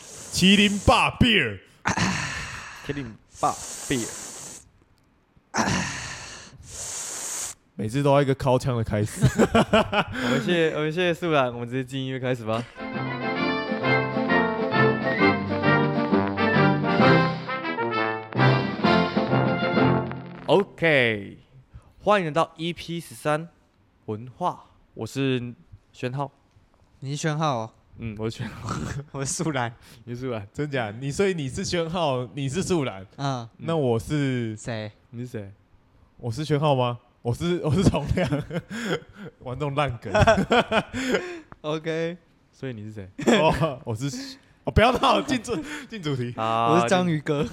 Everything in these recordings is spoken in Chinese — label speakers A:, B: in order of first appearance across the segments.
A: 麒麟霸 beer，
B: 麒麟霸 beer，
A: 每次都要一个靠枪的开 始。
B: 我们谢 我们谢谢素兰，我们直接进音乐开始吧。OK，欢迎来到 EP 十三文化，我是宣浩，
C: 你是宣浩、哦，
B: 嗯，我是宣浩，
C: 我是素兰，
B: 你是素兰，
A: 真假？你所以你是宣浩，你是素兰，
C: 嗯，
A: 那我是
C: 谁？
B: 你是谁？
A: 我是宣浩吗？我是我是从良， 玩这种烂 梗。
C: OK，
B: 所以你是谁？
A: 哦，我是哦，不要闹，进主进主题。
B: 啊
C: 我是章鱼哥。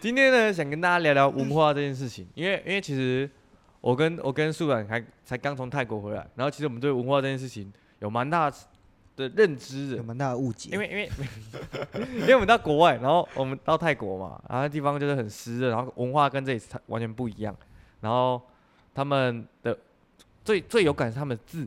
B: 今天呢，想跟大家聊聊文化这件事情，因为因为其实我跟我跟素软还才刚从泰国回来，然后其实我们对文化这件事情有蛮大的认知
C: 有
B: 的，
C: 蛮大的误解，
B: 因为因 为因为我们到国外，然后我们到泰国嘛，然后地方就是很湿热，然后文化跟这里是完全不一样，然后他们的最最有感是他们的字，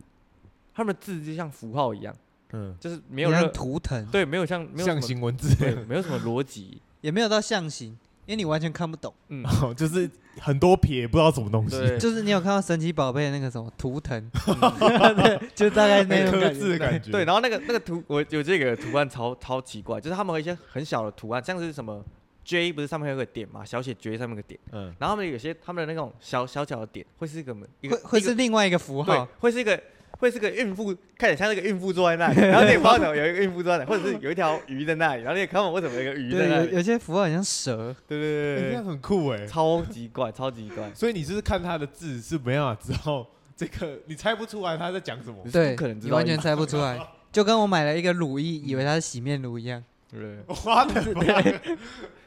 B: 他们的字就像符号一样，
A: 嗯，
B: 就是没有
C: 也
B: 任
C: 像图腾，
B: 对没有像没有什
A: 象
B: 么
A: 形文字，
B: 对 没有什么逻辑，
C: 也没有到象形，因为你完全看不懂。
B: 嗯，
A: 哦就是很多撇，不知道什么东西。
B: 对，
C: 就是你有看到神奇宝贝那个什么 图腾， 对，就大概那
A: 那
C: 种
A: 个
C: 感
A: 字的
C: 觉。
A: 感觉，
B: 对，然后那个那个图，我有这个图案超超奇怪，就是他们有一些很小的图案，像是什么 J 不是上面有个点嘛，小写 J 上面有个点，
A: 嗯，
B: 然后他们有些他们的那种小小小的点会是一个门一
C: 会
B: 个
C: 会
B: 一个
C: 是另外一个符
B: 对
C: 号，，
B: 会是一个会是个孕妇，看起来像那个孕妇坐在那里，然后你也不知道怎么有一个孕妇坐在那里，或者是有一条鱼在那里，然后你也看不懂为什么有一个鱼在
C: 对，
B: 那
C: 有
B: 里，
C: 有些符号很像蛇，
B: 对对
A: 欸
B: 对
A: 这
B: 对
A: 样很酷哎
B: 对，。超级怪，超级怪，
A: 所以你就是看他的字是没办法知道这个，你猜不出来他在讲什么。
B: 你是不
C: 对
B: 可能，知
C: 你
B: 道
C: 完
B: 意思，
C: 全猜不出来。就跟我买了一个乳液，以为它是洗面乳一样。
B: 对对 对
A: 花的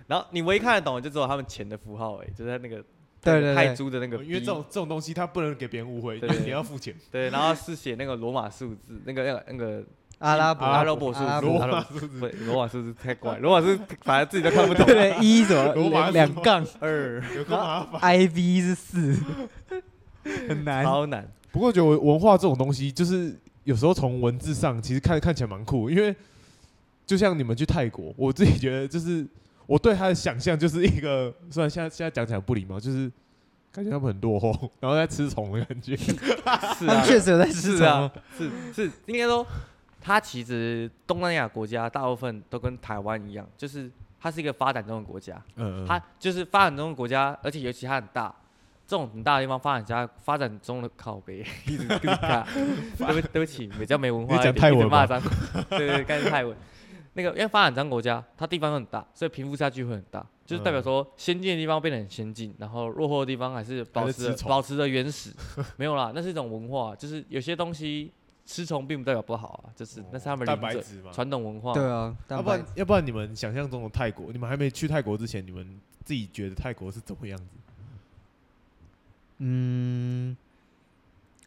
B: 然后你唯一看得懂就只有他们钱的符号而已，就是在那个
C: 对
B: 那个
C: 对
B: 泰
C: 对，
B: 铢的那个 B，
A: 哦因为这种这种东西他不能给别人误会，因
B: 对
A: 为你要付 钱。
B: 对，然后是写那个罗马数字，那个那个那个
C: 阿拉伯
B: 阿拉伯数字
C: 阿拉
B: 罗
C: 伯
A: 罗马数字
B: 对，罗马数字太怪，罗马数字反正自己都看不
C: 对
B: 懂。
C: 对一 什
A: 罗马
C: 么
A: 数
C: 两杠
B: 二
A: 有个麻烦。
C: ，I V 是四，很难。
B: 超难，
A: 不过我觉得文文化这种东西，就是有时候从文字上其实看看起来蛮酷，因为就像你们去泰国，我自己觉得就是我对他的想象就是一个， 虽然现在现在讲起来不礼貌，就是感觉他们很落后， 然后在吃虫的感觉。
B: 是
C: 他
B: 啊
C: 们，确实有在市
B: 是
C: 场
B: 啊，是是，应该说，它其实东南亚国家大部分都跟台湾一样，就是它是一个发展中的国家，
A: 嗯，
B: 它就是发展中的国家，而且尤其它很大，这种很大的地方发展家发展中的靠北， 一直一直 看，对不对不起，比较没文化一
A: 你
B: 点，
A: 讲泰文
B: 一直骂
A: 吗
B: 脏话，对对，该是泰文。那个因为发展中国家，它地方很大，所以贫富差距会很大，就是代表
A: 嗯
B: 说先进的地方变得很先进，然后落后的地方还是保
A: 还是
B: 持着
A: 吃虫
B: 保持着原始，没有啦，那是一种文化，就是有些东西吃虫并不代表不好啊，就是那是他们
A: 哦蛋白
B: 人
A: 质嘛。
B: 传统文化嘛，
C: 对啊，
A: 要
C: 蛋
A: 不
C: 白
A: 然，要不然你们想象中的泰国，你们还没去泰国之前，你们自己觉得泰国是怎么样子？
C: 嗯，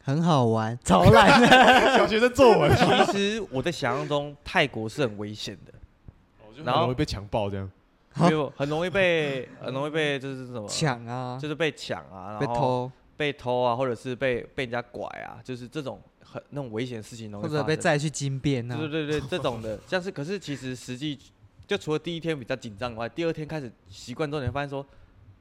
C: 很好玩，超烂的。
A: 小学生作文，
B: 其实我在想象中，泰国是很危险的。
A: 然后容易被强暴这样。
B: 没 有，很容易被很容易被就是什么，
C: 抢啊，
B: 就是被抢啊，
C: 被
B: 然后
C: 偷
B: 被偷啊，或者是被被人家拐啊，就是这种很那种危险的事情容易
C: 或者
B: 发
C: 被
B: 生
C: 载去金边啊
B: 对。对对对，这种的，像是可是其实实际就除了第一天比较紧张以外，第二天开始习惯之后，你会发现说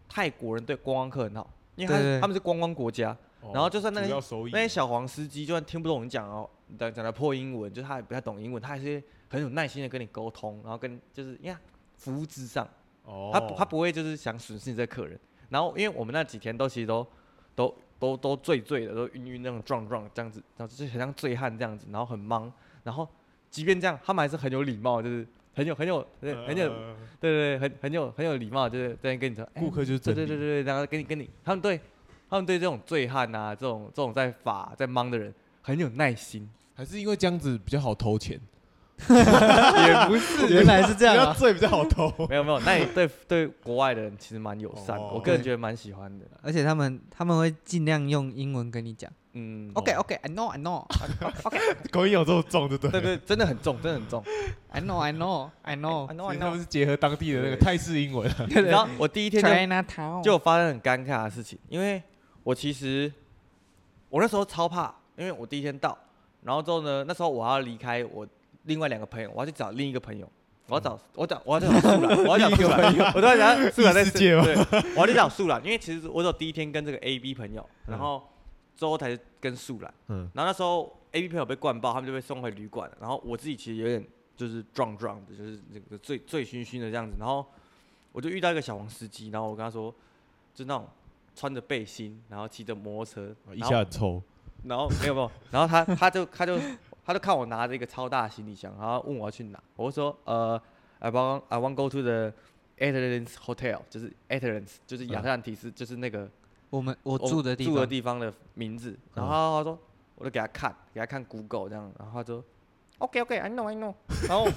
B: 泰国人对观光客很好，因为他
C: 对对
B: 是他们是观光国家，然后就算那个
A: 哦主要收益
B: 那些小黄司机就算听不懂你讲哦，讲讲的破英文，就是他也不太懂英文，他还是很有耐心的跟你沟通，然后跟就是你看服务至上。
A: 哦
B: 他不他不会就是想损失你这客人。然后因为我们那几天都其实都都都都醉醉的，都晕晕那种撞撞这样子，然后就是很像醉汉这样子，然后很忙。然后即便这样，他们还是很有礼貌，就是很有很有对很有
A: 呃
B: 对对对很很有很有礼貌，就是在跟你说，哎
A: 顾客就是
B: 对
A: 真
B: 对
A: 理
B: 对对，对然后跟你跟你他们对他们对这种醉汉啊，这种这种在法在忙的人很有耐心，
A: 还是因为这样子比较好偷钱，
B: 也不是
C: 原来是这样
A: 比较
C: 啊！
A: 醉比较好偷。
B: 没有没有，那也对对国外的人其实蛮友善
A: 哦
B: 的，我个人觉得蛮喜欢的。
C: 而且他们他们会尽量用英文跟你讲。
B: 嗯
A: 哦
C: OK OK I know I know
A: 口音有这么重，对不
B: 对
A: 对？
B: 对，真的很重，真的很重。
C: I know I know
B: 啊
C: I
B: 哎
C: know
A: 其实 他们是结合当地的那个泰式英文啊，
B: 然后我第一天就
C: China Town
B: 就发生很尴尬的事情，因为我其实我那时候超怕，因为我第一天到，然后之后呢，那时候我要离开我另外两个朋友，我要去找另一个朋友，我要
A: 嗯
B: 找我找我要找素兰，我要讲素兰，我都在讲素兰在
A: 异世界吗
B: 对，我要去找素兰，因为其实我只有第一天跟这个 A B 朋友，然
A: 嗯
B: 后之后才跟素兰，
A: 嗯
B: 然后那时候 A B 朋友被灌爆，他们就被送回旅馆了，然后我自己其实有点就是壮壮的，就是这个醉醉醺醺的这样子，然后我就遇到一个小黄司机，然后我跟他说，就那种穿着背心，然后骑着摩托车，
A: 哦一
B: 然后
A: 下很臭，
B: 然后没有没有，然后他他就他就他就看我拿着一个超大的行李箱，然后问我要去哪，我就说呃，I want I want go to the Athens Hotel，就是 Athens，就是亚特兰提斯，就是那个
C: 我们我住的地
B: 住的
C: 方，嗯
B: 地方的名字。然后他说，我就给他看，给他看 Google 这样，然后他说，OK OK，I know I know。然 后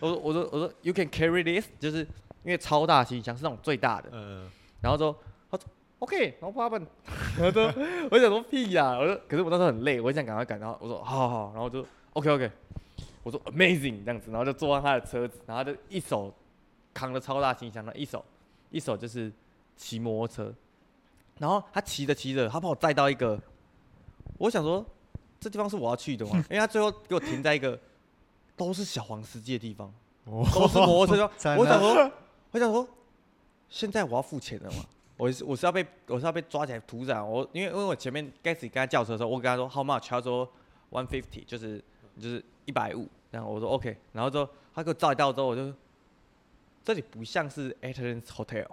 B: 我说我说我说 You can carry this，就是因为超大行李箱是那种最大的，
A: 嗯，
B: 然后说，他说 OK，然后怕笨，然后说， 我想说屁呀、我说，可是我那时候很累，我想赶快赶，然后我说好好好，然后我就 OK OK，我说 amazing 这样子，然后就坐上他的车子，然后他就一手扛着超大行李箱，然后一手一手就是骑摩托车，然后他骑着骑着，他把我载到一个，我想说这地方是我要去的吗？因为他最后给我停在一个都是小黄司机的地方，都是摩托车地方，
C: 惨
B: 我想
C: 了
B: 说，我想说，现在我要付钱了嘛？我是我是要被我是要被抓起来屠宰？我因为因为我前面开始跟他叫车的时候，我跟他说 how much，他说 one fifty，就是就是一百五。然后我说 OK，然后之后他给我照一道之后，我就这里不像是 Athens Hotel，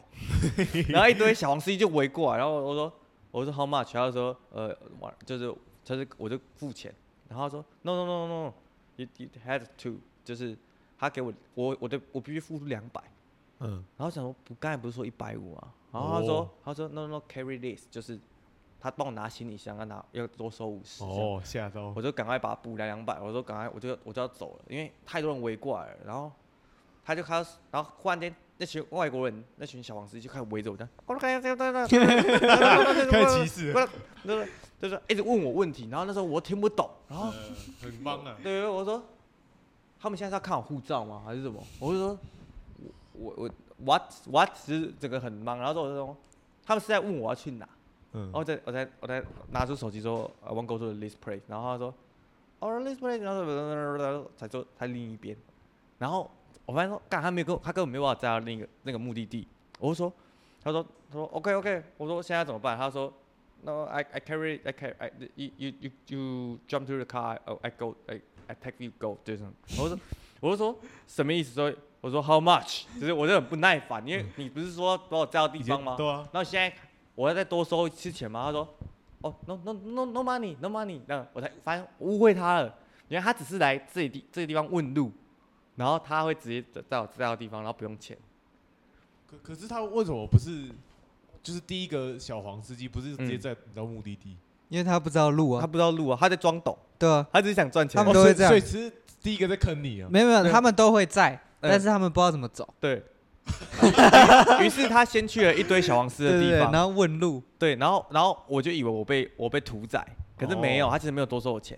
B: 然后一堆小黄司机就围过来，然后我说我说 how much，他就说呃，我就是他就我就付钱，然后他说 no no no no no，you you had to，就是他给我我我的我必须付出两百。
A: 嗯，
B: 然后想说不，刚才不是说一百五啊？然后他说、
A: 哦
B: 他说 no no no, carry this，就是他帮我拿行李箱，他拿要多收五十。
A: 哦，吓到，
B: 我就赶快把它补来两百，我说赶快，我就我就要走了，因为太多人围过来了。然后他就开始，然后忽然间那群外国人，那群小黄司机就开始围着我，这样，我开始
A: 开始歧视了，
B: 就是就是一直问我问题，然后那时候我听不懂，然后
A: 嗯很忙啊，
B: 对，我说他们现在是要看我护照吗？还是什么？我就说，我我我 what what 就是整个很忙，然后我就说他们是在问我要去哪，
A: 嗯
B: 然后我再我再我再拿出手机说呃 want go to the list place，然后他说 o r list place，然后才说他另一边，然后我发现说干他没有跟我他根本没有办法载到另一个那个目的地，我就说他说他说 OK OK，我说现在怎么办？他说 No, I I carry I carry I you you you you jump to the car. I, I go I I take you go 就是这种。 我说我就说什么意思？说我说 How much？就是我就很不耐烦，因为你不是说把我载到地
A: 已
B: 方
A: 经
B: 吗？
A: 对啊，
B: 然后现在我要再多收一次钱吗？他说，哦，no no no no money no money，那我才发现误会他了，原来他只是来这里地这个地方问路，然后他会直接在我知道的地方，然后不用钱。
A: 可可是他为什么不是？就是第一个小黄司机不是
B: 嗯
A: 直接在你到目的地，
C: 因为他不知道路
B: 他
C: 啊，
B: 不知道路啊，他在装懂，
C: 对啊，
B: 他只是想赚钱
C: 他。们
A: 哦
C: 都
A: 所以
C: 会这样
A: 所以其实第一个在坑你啊，
C: 没有没有，
B: 对
C: 他们都会在，
B: 嗯
C: 但是他们不知道怎么走，
B: 对。于是他先去了一堆小黄丝
C: 对
B: 的
C: 对
B: 地
C: 对，
B: 方
C: 然，后问路，
B: 对，然后然后我就以为我被我被屠宰，可是没有，
A: 哦
B: 他其实没有多收我钱。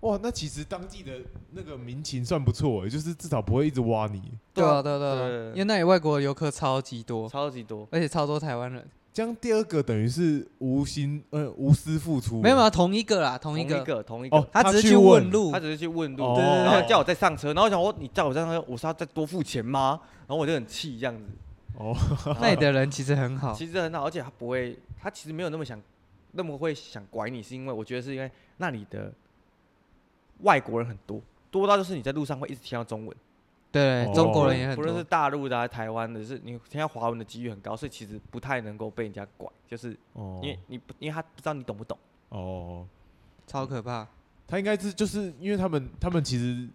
A: 哇，那其实当地的那个民情算不错欸，就是至少不会一直挖你。
B: 对
C: 对
B: 啊
C: 啊对啊对啊
B: 对对
C: 对
B: 对
C: 啊，因为那里外国游客超级多，
B: 超级多。
C: 而且超多台湾人，
A: 这样第二个等于是无心呃无私付出，
C: 没有没有同一个啦，同一
B: 个，
C: 个，
B: 同一个
A: 哦，，
C: 他
A: 他
C: 只是
A: 去
C: 去
A: 问
C: 问路
B: 他，只是去问路，
A: 哦
C: 对对对
B: 然后叫我再上车，然后我想说你叫我上车，我是要再多付钱吗？然后我就很气这样子。
A: 哦，
C: 那里的人其实很好，
B: 其实很好，而且他不会，他其实没有那么想，那么会想拐你，是因为我觉得是因为那里的外国人很多，多到就是你在路上会一直听到中文，
C: 对
A: 哦，
C: 中国人也很
B: 不论是
C: 多，
B: 大陆的、啊、台湾的，是你听到华文的几率很高，所以其实不太能够被人家拐，就是
A: 哦
B: 因为你不，因为他不知道你懂不懂。
A: 哦，
C: 超可怕，
A: 他应该是就是因为他们他们其实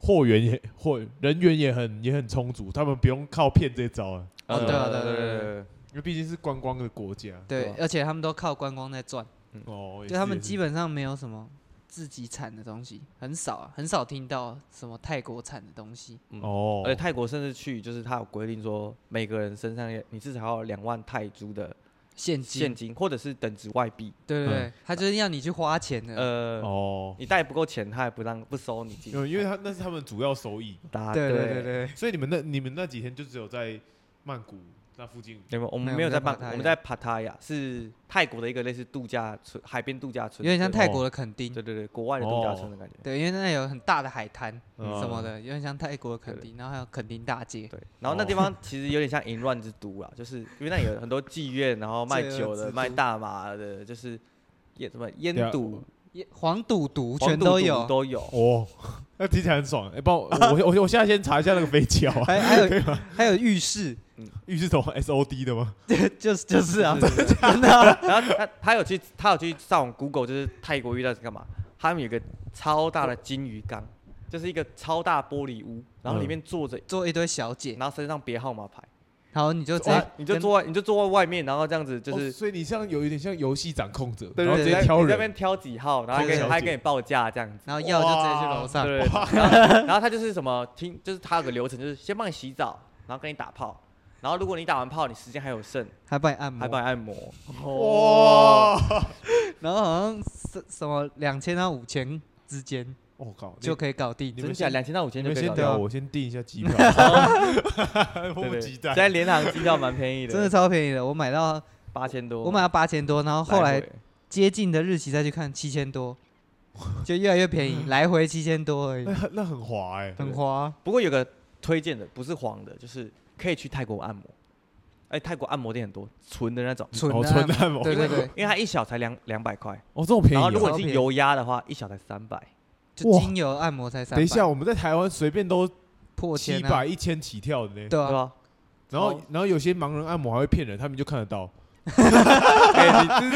A: 货源也货人员也很也很充足，他们不用靠骗这招啊，
C: 哦对啊对啊对啊对啊
B: 对
A: 因为毕竟是观光的国家。
C: 对
B: 对啊，
C: 而且他们都靠观光在赚，
A: 哦，也
C: 就是他们
A: 也是
C: 基本上没有什么自己产的东西，很少啊，很少听到什么泰国产的东西，
A: 哦，
B: 而且泰国甚至去，就是他有规定说，每个人身上也你至少要有两万泰铢的
C: 现
B: 现
C: 金，
B: 金，或者是等值外币。
C: 对对
A: 嗯
C: 对，他就是要你去花钱的，
B: 呃，
A: 哦，
B: 你带不够钱，他也不让不收你进
A: 因。为因为他那是他们主要收益，
B: 答
C: 哦对对对对，
A: 所以你们那你们那几天就只有在曼谷，那附近
B: 没有，我
C: 没
B: 们
C: 有
B: 没有
C: 我们
B: 在帕，
C: 在帕塔
B: 我们
C: 亚
B: 在帕塔亚，是泰国的一个类似度假村，海边度假村，
C: 有点像
B: 对
C: 泰国的垦丁，
B: 对对对，国外的度假村的感觉。
A: 哦
C: 对，因为那有很大的海滩
A: 嗯
C: 什么的，有点像泰国的垦丁，然后还有垦丁大街，
B: 对，然后那地方其实有点像淫乱之都啦，就是因为那里有很多妓院，然后卖
C: 罪恶
B: 酒
C: 之
B: 的、
C: 都
B: 卖大麻的，就是烟什么烟
A: 对啊
B: 赌、
C: 也黄赌毒
B: 黄
C: 全
B: 赌
C: 都
B: 毒
C: 有，
B: 都有。
A: 哦，那听起来很爽。哎、帮我，我我我现在先查一下那个飞机好吧？
C: 还还有还有浴室，
A: 浴室头 S O D 的吗？
C: 就是就是啊，
B: 是
C: 真的啊
B: 然后他他有去他有去上网 Google，就是泰国遇到是干嘛？他们有一个超大的金鱼缸，就是一个超大玻璃屋，然后里
A: 嗯
B: 面坐着，
C: 做一堆小姐，
B: 然后身上别号码牌，
C: 然后你就直
B: 然后
C: 接
B: 你就
C: 跟
B: 坐在你就坐在外面，然后这样子就
A: 哦
B: 是
A: 所以你像有一点像游戏掌控者，
B: 对
A: 然后
B: 对
A: 直
B: 对，
A: 接
B: 在
A: 挑
B: 你在那
A: 人。
B: 边挑几号，然后
A: 挑
B: 给
A: 小
B: 你还
A: 姐
B: 给你报价这样子。
C: 然后要就直接去楼上，
B: 对，然后然后他就是什么听，就是他有个流程，就是先帮你洗澡，然后跟你打泡，然后如果你打完泡，你时间还有剩，
C: 还帮你按摩
B: 还，帮你按摩。
A: 哇！
C: 然后好像什什么两千到五千之间
A: 我、哦靠，你
C: 就可以搞定，
A: 你
B: 真
A: 们
B: 假
A: 先
B: 两千到五千
A: 你
B: 就
A: 们
B: 可以
A: 先
B: 搞
A: 聊，
B: 定。
A: 我先订一下机票， 迫
B: 对
A: 不
B: 对，
A: 及待
B: 现。在联航机票蛮便宜的，
C: 真的超便宜的，我买到
B: 八千多。
C: 我买到八千多，然后后来
B: 回
C: 接近的日期再去看七千多，就越来越便宜，来回七千多而已
A: 那，很那很滑哎、
C: 很花。
B: 不过有个推荐的，不是黄的，就是可以去泰国按摩。哎，泰国按摩店很多，纯的那种，
C: 纯
A: 哦，
C: 的
A: 纯按摩，
C: 对对对，
B: 因为它一小才两两百块，
A: 哦，这种便
B: 然
A: 宜、
B: 后如
A: 哦。
B: 果你
C: 超
B: 是
C: 便宜
B: 油压的话，一小才三百。
C: 就精油按摩才三
A: 等一下，
C: 百，
A: 我们在台湾随便都
C: 破
A: 七
C: 千啊
A: 百，一千起跳的呢。
C: 对
B: 对
C: 啊，
B: 吧？
A: 然后，然后有些盲人按摩还会骗人，他们就看得到。
B: 哎，你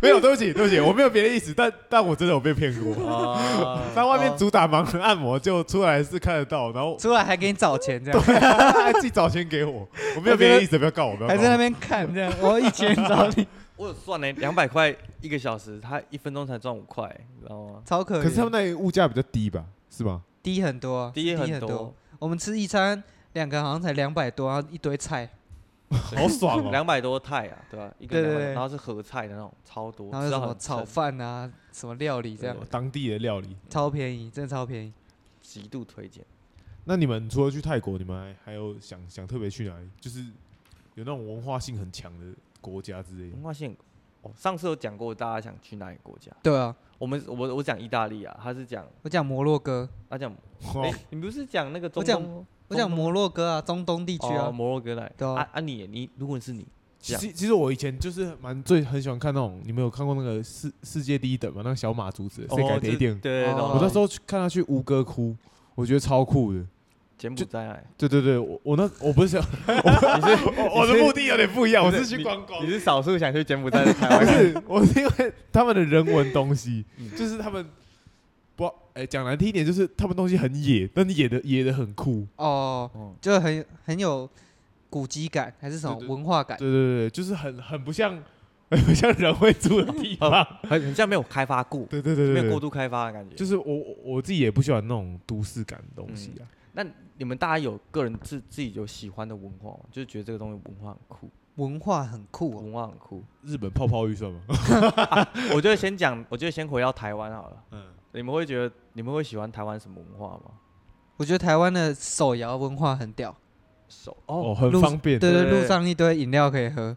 A: 没有，对不起，对不起，我没有别的意思，但但我真的有被骗过。
B: 哦
A: 在外面主打盲人按摩，就出来是看得到，然后哎
C: 出来还给你找钱这样，
A: 他自己找钱给我，我没有别的意思，不要告我，不要告
C: 还在那
A: 我。
C: 边看这样，我一千找你，
B: 我有算呢，两百块一个小时，他一分钟才赚五块，你知道吗？
C: 超可怜。
A: 可是他们那里物价比较低吧？是吗？
C: 低很多啊，
B: 低
C: 很
B: 很多，
C: 我们吃一餐两个好像才两百多，然后一堆菜，
A: 好爽哦！
B: 两百多泰啊，对吧、一个
C: 对对
B: 两百，
C: 对
B: 然后是合菜的那种，超多，
C: 然后
B: 吃
C: 有
B: 到
C: 什么
B: 很
C: 炒
B: 撑，
C: 饭啊，什么料理这样，
A: 当地的料理。
C: 超便宜，真的超便宜。
B: 极度推荐。
A: 那你们除了去泰国，你们还还有想想特别去哪里？就是有那种文化性很强的国家之类的
B: 文。化性，哦，上次有讲过大家想去哪里国家？
C: 对啊，
B: 我们我我讲意大利啊，他是讲
C: 我讲摩洛哥，
B: 他讲，哎、
A: 哦
B: 你不是讲那个中
C: 我讲
B: 东？
C: 我讲
B: 中东
C: 摩洛哥啊，中东地区
B: 哦
C: 啊，
B: 摩洛哥来，
C: 对啊
B: 啊啊你你如果是你，
A: 其实其实我以前就是蛮最很喜欢看那种，你们有看过那个世世界第一等吗？那个小马竹子，谁改
B: 哦
A: 的一
B: 这
A: 点？
B: 对对对，
C: 哦
A: 我那时候去看他去吴哥窟，我觉得超酷的。
B: 柬埔寨啊来，
A: 对对对，我我那我不是想，我我的目的有点不一样，我是去观光
B: 你，是少数想去柬埔寨的 台
A: 不
B: 湾人，
A: 是我是因为他们的人文东西
B: 嗯，
A: 就是他们不哎讲难听一点，就是他们东西很野，但是野的野的很酷。
C: 哦，
B: 哦，
C: 就很很有古迹感，还是什么
A: 对对
C: 文化感？
A: 对对对，就是很很不像 很不像人会住的地方。
B: 很很像没有开发过，
A: 对对对
B: 没
A: 对
B: 有
A: 对，
B: 过度开发的感觉。
A: 就是我我我自己也不喜欢那种都市感的东西啊。
B: 那你们大家有个人自自己有喜欢的文化吗？就是觉得这个东西文化很酷，
C: 文化很酷、哦。
B: 文化很酷。
A: 日本泡泡预算吗？
B: 我觉得先讲，我觉得先回到台湾好了。
A: 嗯，
B: 你们会觉得你们会喜欢台湾什么文化吗？
C: 我觉得台湾的手摇文化很屌，
B: 手
A: 哦，
B: 哦，
A: 很
C: 路
A: 方便。
C: 对对，
B: 对对
C: 路上一堆饮料可以喝。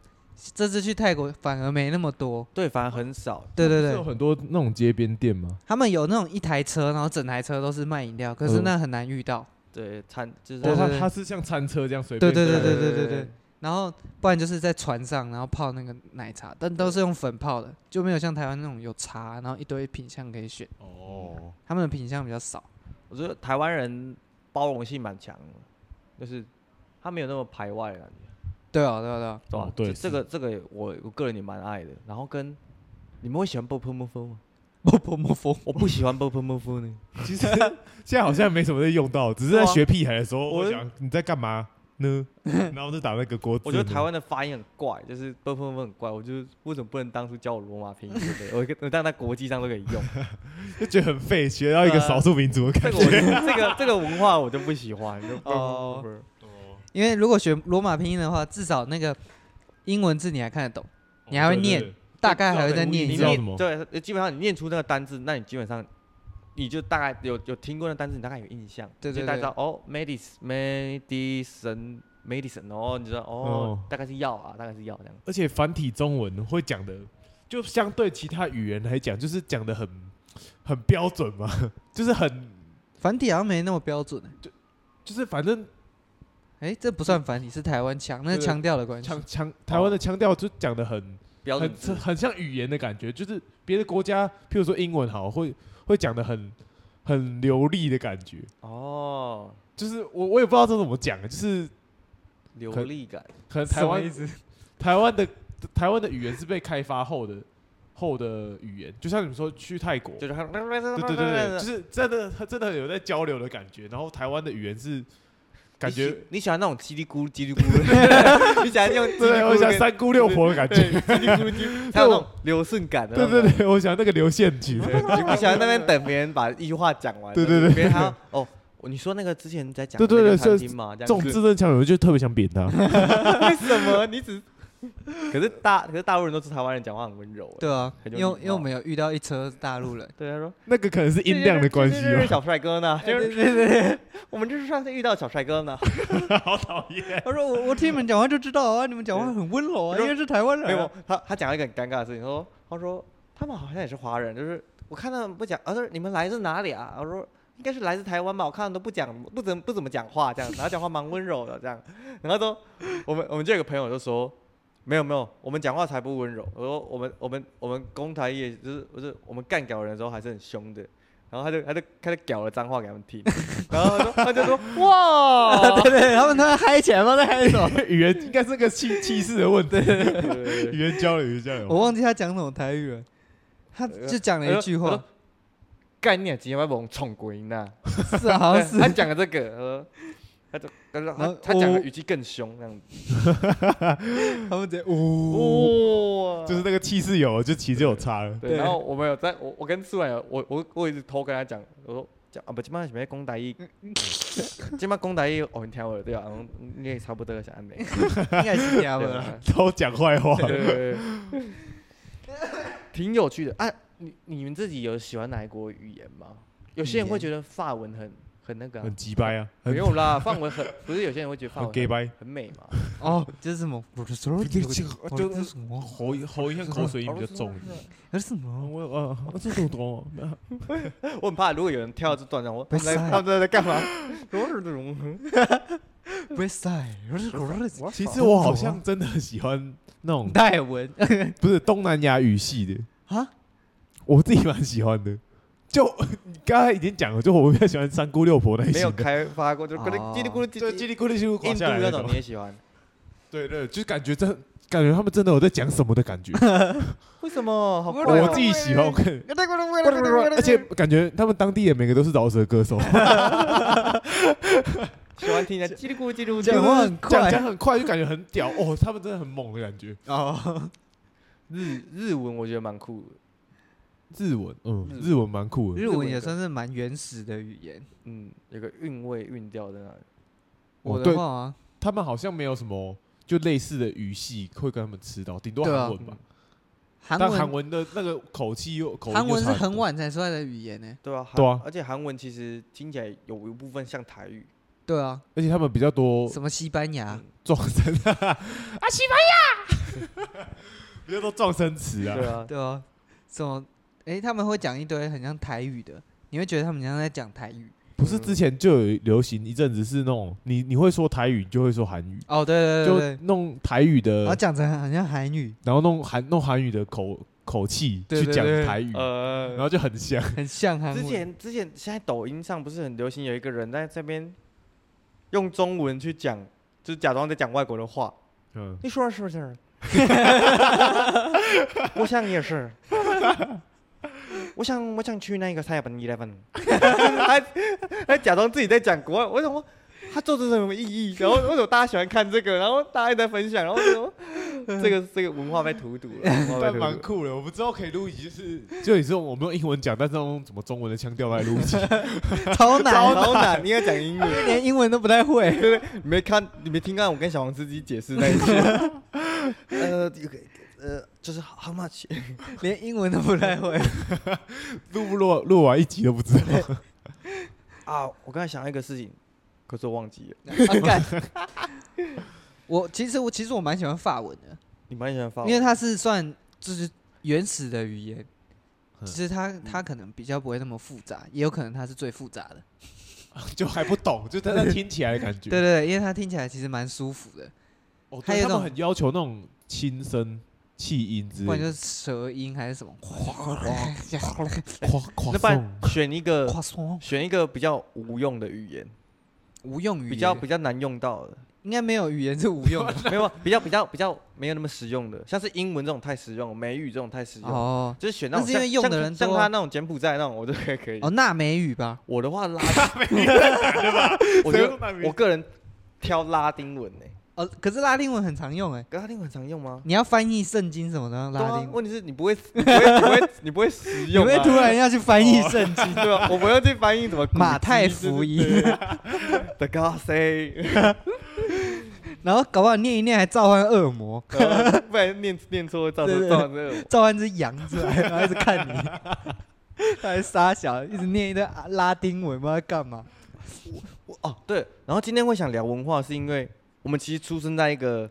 C: 这次去泰国反而没那么多，
B: 对，反而很少。
C: 对对
A: 是有
C: 对，
A: 很多那种街边店吗？
C: 他们有那种一台车，然后整台车都是卖饮料，可是
A: 嗯
C: 那很难遇到。
B: 对，餐就是
C: 对
A: 哦，
C: 对
A: 它
C: 对
A: 它是像餐车这样随便。
C: 对对对对对对然后不然就是在船上，然后泡那个奶茶，但都是用粉泡的，就没有像台湾那种有茶，然后一堆品相可以选。
A: 哦，
C: 他们的品相比较少，
B: 我觉得台湾人包容性蛮强的，就是他没有那么排外的感觉，
C: 对啊对啊对啊，
B: 对吧？
A: 哦对
B: 这
A: 是
B: 这个这个我我个人也蛮爱的。然后跟你们会喜欢 b o p o m o f o 吗？
C: 不不不不，
B: 我不喜欢 b o p o m o f o 呢。
A: 其实现在好像没什么在用到，只是
B: 啊
A: 在学屁孩的时候，我想你在干嘛 呢？然后就打那个国字。
B: 我觉得台湾的发音很怪，就是不不不很怪。我就是为什么不能当初教我罗马拼音之类的？我可我当在国际上都可以 用。
A: 就觉得很废，学到一个少数民族的
B: 啊这
A: 感
B: 个我就
A: 觉。
B: 这个这个文化我就不喜欢。就
C: 哦
B: 不不不
C: 因为如果学罗马拼音的话，至少那个英文字你还看得懂，你还会念大概还会再念
A: 你
C: 一
A: 知
C: 下
A: 道。什
B: 念
A: 么
B: 对，啊基本上你念出那个单字，那你基本上你就大概有有听过那单字，你大概有印象，
C: 对对
B: 就大概
C: 对
B: 知道哦，medis medicine medicine，哦，你知道哦
A: 哦，
B: 大概是药啊，大概是药这样。
A: 而且繁体中文会讲的，就相对其他语言来讲，就是讲的很很标准嘛， 就是很
C: 繁体好像没那么标准欸
A: 就是反正
C: 哎、这不算繁体，是台湾腔，那是
A: 对
C: 腔调的关系。
A: 腔腔台湾的腔调就讲的很
B: 哦标准
A: 很
B: 字
A: 很像语言的感觉，就是别的国家，譬如说英文好，会会讲的很很流利的感觉，
B: 哦，
A: 就是我我也不知道这怎么讲，就是
B: 流
A: 可
B: 利感
A: 可能台
C: 什么意
A: 湾
C: 思
A: 台湾的台湾的语言是被开发后的后的语言，就像你们说去泰国，
B: 就是很对对
A: 对对对对，就是真的他真的有在交流的感觉。然后台湾的语言是感觉，
B: 你喜欢那种叽里咕噜叽里咕 噜，你喜欢用叽里
A: 对，
B: 咕
A: 我
B: 噜
A: 想
B: 跟
A: 三姑六婆的感
B: 对
A: 觉。
B: 叽里咕噜叽里咕噜，还有那种流顺感的那
A: 对
B: 种，
A: 对对，我想那个流线曲，对
B: 你喜欢那边等别人把一句话讲完，
A: 对对对
B: 别人还要哦，你说那个之前在讲
A: 对对
B: 那
A: 对
B: 个餐
A: 是
B: 厅嘛，这
A: 这种
B: 样子
A: 字正腔圆，我就特别想扁他。
B: 为什么你只？可是大可是大陆人都是台湾人，讲话很温柔欸。
C: 对啊，
B: 很
C: 因
B: 有
C: 为
B: 礼
C: 因为我
B: 貌
C: 们有遇到一车大陆 人，
B: 对，他说
A: 那个可能是音量的关系哦
B: 这是
A: 吧。
B: 小帅哥 呢，就
C: 对
B: 是
C: 对对对，
B: 我们就是上次遇到小帅哥呢。
A: 好讨厌。
C: 他说我我听你们讲话就知道啊，你们讲话很温柔啊，
B: 对
C: 因为是台湾
B: 没
C: 人
B: 有
C: 啊。，
B: 他他讲了一个很尴尬的事情，他说他说他们好像也是华人，就是我看他们不讲，啊，他说你们来自哪里啊？我说应该是来自台湾吧，我看他们都不讲，不怎不怎么讲话这样，然后讲话蛮温柔的这样，然后说我们我们就有个朋友就说。没有没有，我们讲话才不温柔。我说我们我们我们公台也就是不是我们干屌人的时候还是很凶的，然后他就他就他就屌了脏话给他们听，然后他说他就说哇，
C: 对对，他们他 们嗨起来吗？在嗨什么？
A: 语言应该是个气气势的问题，
B: 对对对
A: 语言交流，语言交流。
C: 我忘记他讲什么台语了，他就讲了一句
B: 我
C: 话
B: 说，概念直接把我们冲鬼呢。
C: 是啊，好像是
B: 他讲的这个，呃，他就他就
C: 然后
B: 他他讲的
C: 哦
B: 语气更凶那样子。
C: 他们在 呜，
B: 哇
A: 就是那个气势有，就其实有差了。
B: 对。然后我们有在，我我跟苏婉有，我我我一直偷跟他讲，我说讲啊不，今晚准备公台一，
C: 嗯
B: 今晚公台一哦，你听我的对吧？然后你也差不多想安 美。
C: 应该是他
B: 对
C: 们
B: 吧
C: 啊。
A: 都讲坏话，
B: 对对对，挺有趣的。啊，你你们自己有喜欢哪一国语言吗？有些人会
C: 语言
B: 觉得法文很很那个啊、
A: 很鸡掰啊，
B: 没
A: 很
B: 有啦，法文很不是有些人会觉得法
A: 很
B: 文
A: gay 掰。
B: 很美嘛？
C: 哦，就是什么，不是什么，
A: 这
C: 就
A: 个这
C: 是
A: 个就是
C: 什么，
A: 喉喉一下口水音比较
B: 哦
A: 重一点。
C: 那是什么？
A: 我呃，这种多，
B: 我很怕，如果有人跳到这段上，我他
C: 被
B: 们在
C: 塞
B: 他们在在干嘛？都是这种，
C: 不是赛，不是不是
A: 其实我好像真的很喜欢那种
C: 泰文
A: 不是东南亚语系的，
C: 啊，
A: 我自己蛮喜欢的。就你刚才已经讲了，就我比较喜欢三姑六婆那一
B: 没
A: 型
B: 有
A: 的，
B: 开发过，就是咕噜
C: 哦
B: 叽里咕噜
A: 就叽
B: 叽。
A: 里咕噜叽里咕噜垮
B: 印度
A: 下来
B: 那
A: 那
B: 种
A: 种
B: 你。也喜欢？
A: 对对，就是感觉真，感觉他们真的有在讲什么的感觉。
B: 为什么？好
C: 我
B: 怪
C: 对啊
A: 我
B: 哦
A: 自己喜欢，我看，而
C: 而
A: 且感觉他们当地的每个都是饶舌歌手，
B: 喜欢听 人家叽里咕噜叽里咕噜。
C: 讲话很快
A: 讲讲很快，就感觉很屌哦，他们真的很猛的感觉。
C: 哦，
B: 日日文我觉得蛮酷的，
A: 日文，嗯，
B: 日
A: 日文蛮酷的。
C: 日
B: 日
C: 文
B: 文
C: 也
B: 歌
C: 算是蛮原始的语言。
B: 嗯，有个韵味韵调在那里。
A: 哦
C: 我的
A: 对
C: 话啊，
A: 他们好像没有什么就类似的语系会跟他们吃到，顶多
C: 对啊
A: 韩文吧。
C: 韩
A: 但韩
C: 文
A: 文的那个口气又口音
C: 韩
A: 又
C: 文是
A: 差很
C: 很
A: 多。
C: 晚才出来的语言呢。
B: 对啊，韩
A: 对啊
B: 而且韩文其实听起来有一部分像台语，
C: 对啊，
A: 而且他们比较多
C: 什么西班牙
B: 嗯，
A: 撞声啊，西班牙， 比较多撞声词啊
B: 对。 啊，
C: 对啊，什么诶，他们会讲一堆很像台语的，你会觉得他们像在讲台语。
A: 不是之前就有流行一阵子是那种你你会说台语你就会说韩语，
C: 哦，对对对
A: 就呃
C: 对对，啊
A: 弄台语的
C: 然后，讲成很像韩语，
A: 然后弄韩弄韩语的口口气
C: 对
A: 去
C: 对
A: 讲
C: 对
A: 台语，
B: 呃
A: 然后就很像。
C: 很
A: 嗯
C: 像韩
B: 之
C: 文。
B: 前之前现在抖音上不是很流行有一个人在这边用中文去讲，就是假装在讲外国的话。
A: 嗯，
B: 你说是不是？我想也是。我想我想去那个 Seven Eleven，还还假装自己在讲国外，我想说他做这是什么意义？然后为什么大家喜欢看这个？然后大家也在分享，然后我说这个这个文化被荼毒了，文化被
A: 但
B: 荼毒
A: 蛮
B: 了
A: 酷的，我们之后可以录一集， 就是就你这种我们用英文讲，但是用怎么中文的腔调来录一 集，
C: 超难，
B: 超难，你要讲英 文。
C: 连英文都不太会。
B: 你没看，你没听到我跟小王司机解释那一句？ 呃，这个呃，就是 how much？
C: 连英文都不太 会。
A: 录不录录完一集都不知道。
B: 啊，我刚才想到一个事情，可是我忘记了。
C: 啊干 我其实我其实我蛮喜欢法文的，
B: 你蛮喜欢法文，
C: 因为它是算就是原始的语言，
A: 嗯
C: 其实它它可能比较不会那么复杂，也有可能它是最复杂的。
A: 就还不懂，就在那听起来的感觉。
C: 对对对，因为它听起来其实蛮舒服的，
A: 哦，
C: 还
A: 对
C: 有
A: 他
C: 一种
A: 们很要求那种轻声、气音之
C: 不然
A: 类
C: 就
A: 的，
C: 是舌音还是什么。
A: 夸夸
B: 那不
A: 送
B: 然选一个
C: 夸松
B: 选一个比较无用的语言，
C: 无用语言，
B: 比较比较难用到的，
C: 应该没有语言是无用的
B: 没有啊比较比较比较没有那么实用的，像是英文这种太实用，美语这种太实用，
C: 哦
B: 就是选那种
C: 那是因为
B: 像
C: 用的
B: 像
C: 人
B: 像
C: 多啊
B: 他那种柬埔寨那种，我都可以可以。
C: 哦纳美语吧，
B: 我的话拉 我觉
A: 谁
B: 得
A: 用拉丁
B: 我个人挑拉丁文呢、
C: 哦可是拉丁文很常用哎，
B: 可拉丁文很常用吗？
C: 你要翻译圣经什么的
B: 对
C: 拉
B: 啊
C: 丁文，
B: 问题是你不会，你不会，你不会，你不会使
C: 你
B: 用、啊，，
C: 会突然要去翻译圣经
B: 对吧？我不要去翻译怎么古
C: 马太
B: 籍
C: 福音，
B: The God say，
C: 然后搞不好念一念还召唤恶魔，
B: 不然念念错造成
C: 对对
B: 造成这个。
C: 召唤只羊出来，然后一直看你，他还傻小，一直念一堆啊拉丁文，不知道在干嘛。
B: 哦，对，然后今天会想聊文化，是因为我们其实出生在一个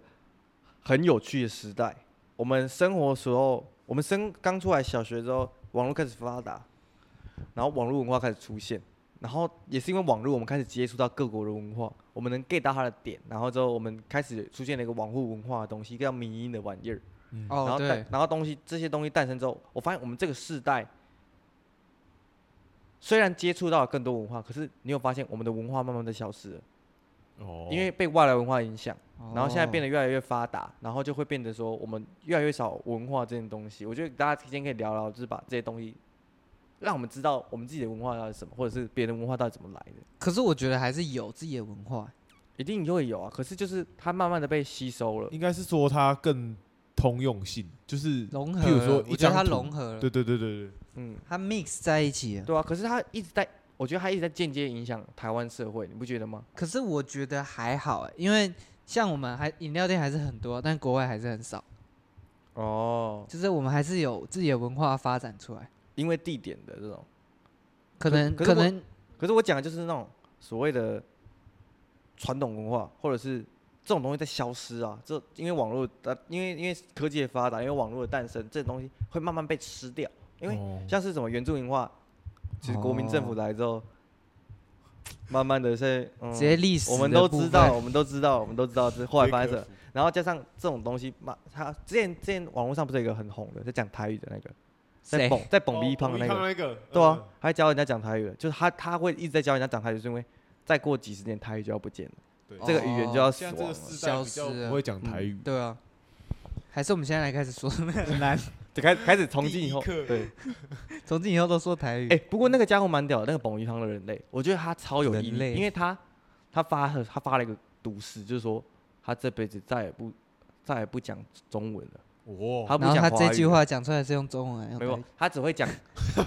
B: 很有趣的时代。我们生活的时候，我们生刚出来小学之后，网络开始发达，然后网络文化开始出现，然后也是因为网络，我们开始接触到各国的文化，我们能 get 到它的点，然后之后我们开始出现了一个网络文化的东西，一个叫迷音的玩意儿。然
C: 哦
B: 后诞，，然后东西这些东西诞生之后，我发现我们这个世代虽然接触到了更多文化，可是你有发现我们的文化慢慢的消失了，
A: 哦
B: 因为被外来文化影响，然后现在变
C: 得
B: 得越来越发达，然后就会变得说我们越来越少文化这件东西。我觉得大家今天可以聊聊，就是把这些东西。让我们知道我们自己的文化到底是什么，或者是别人的文化到底怎么来的，
C: 可是我觉得还是有自己的文化，
B: 一定会有啊。可是就是它慢慢的被吸收了，
A: 应该是说它更通用性，就是
C: 融合了。
A: 譬如说一
C: 我觉
A: 张
C: 得它
A: 图
C: 融合了，
A: 对对对对对，
B: 嗯，
C: 它 mix 在一起了。
B: 对啊。可是它一直在，我觉得它一直在间接影响台湾社会，你不觉得吗？
C: 可是我觉得还好欸，因为像我们还饮料店还是很多，但国外还是很少，
B: 哦，
C: 就是我们还是有自己的文化发展出来。
B: 因为地点的这种。
C: 可
B: 可
C: 能
B: 可
C: 可
B: 是我
C: 能
B: 可是我讲的就是那种所谓的传统文化，或者是这种东西在消失啊。这因为网络的，因为因为科技的发达，因为网络的诞生，这东西会慢慢被吃掉。因
C: 哦
B: 为
A: 为
B: 像是什么原住民化，其实国民政府来之后，慢慢的在、嗯、
C: 哦直接历史的
B: 我们都
C: 部
B: 知
C: 分
B: 道，我们都知道，我们都知道，这后来发生什么。然后加上这种东西，嘛，他之前之前网络上不是有一个很红的，在讲台语的那个，在
C: 谁
B: 蹦在蹦逼胖的那个，
A: 哦那个，
B: 对啊，还教人家讲台语了，就是他他会一直在教人家讲台语，是因为再过几十年台语就要不见了，
A: 对
B: 这个语言就要死
A: 现在这
B: 亡
A: 个
B: 了。
A: 世代比
C: 消
A: 较
C: 失了
A: 不会讲台语，
C: 对啊，还是我们现在来开始说很难，
B: 就开开始从今以后，
A: 第一课
B: 对，
C: 从今以后都说台语。
B: 哎、不过那个家伙蛮屌的，那个彭昱康的人类，我觉得他超有毅
C: 人类
B: 力，因为他他发了他发了一个毒誓，就是说他这辈子再也不再也不讲中文了，
A: 哇，
B: 他不
C: 然后
B: 讲华
C: 他这句
B: 语了啊
C: 话讲出来是用中文还是
B: 没
C: 用
B: 有
C: 台语，
B: 他只会讲，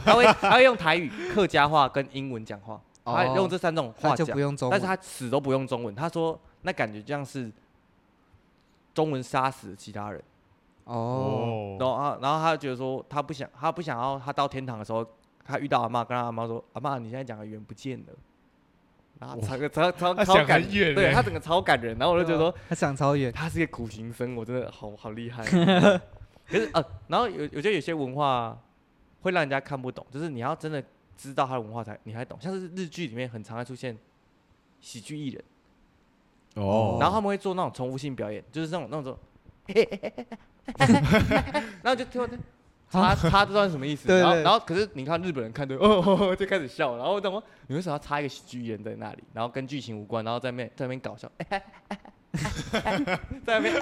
B: 他会他会用台语、客家话跟英文讲话，他
C: 哦
B: 用这三种话
C: 他就
B: 讲
C: 不，用中
B: 但
C: 文。
B: 是他死都不用中文。他说那感觉就像是中文杀死了其他人，
C: 哦，
B: 然后他然后他觉得说他不想他不想要他到天堂的时候，他遇到阿妈，跟他阿妈说：“阿妈，你现在讲的语不见了。”然后整个超超
A: 他
B: 超
A: 想
B: 感
A: 很远
B: 对
A: 欸啊
B: 他整个超感人。然后我就觉得说欸
C: 他想超远，
B: 他是一个苦行僧，我真的好好 厉害。可是呃，然后有我觉得有些文化会让人家看不懂，就是你要真的知道他的文化才你才懂。像是日剧里面很常会出现喜剧艺人。
C: 欸
A: 哦，
B: 然后他们会做那种重复性表演，就是那种那种， 然后就 听我插插这段什么意思？
C: 对
B: 然后
C: 对
B: 然后可是你看日本人看对，哦 哦哦就开始笑，然后我怎么你为什么要插一个喜剧人在那里？然后跟剧情无关，然后在那边在那边搞笑， 在那边，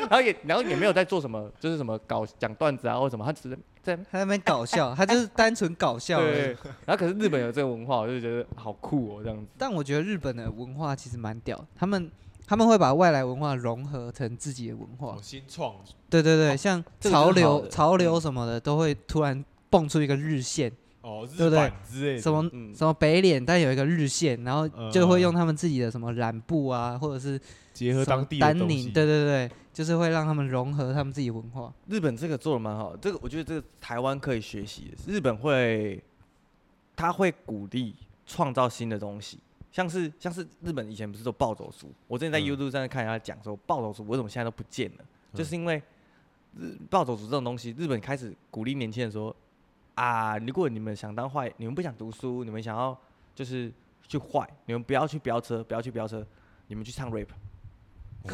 B: 然后也然后也没有在做什么，就是什么搞讲段子啊或什么，他只是在那边
C: 他在那边搞笑，他就是单纯搞笑而已。
B: 对，然后可是日本有这个文化，我就觉得好酷哦这样子。
C: 但我觉得日本的文化其实蛮屌，他们他们会把外来文化融合成自己的文化
A: 哦。新创
C: 对对对，像
B: 哦这个就是
C: 潮
B: 好
C: 流、
B: 的嗯
C: 潮流什么的，都会突然蹦出一个日线，
A: 哦，日
C: 对不对
A: 版之类的，
C: 什么
B: 嗯
C: 什么北脸，但有一个日线，然后就会用他们自己的什么染布啊，或者是
A: 结合
C: 什么
A: 当地的
C: 丹
A: 东
C: 宁，
A: 西，
C: 对对对，就是会让他们融合他们自己文化。
B: 日本这个做的蛮好的，这个我觉得这个台湾可以学习的。日本会，他会鼓励创造新的东西，像是像是日本以前不是都暴走族，我之前在
A: 嗯
B: YouTube 上看人家讲说暴走族为什么现在都不见了，就是因为日暴走族这种东西，日本开始鼓励年轻人说啊，如果你们想当坏，你们不想读书，你们想要就是去坏，你们不要去飙车，不要去飙车，你们去唱 rap，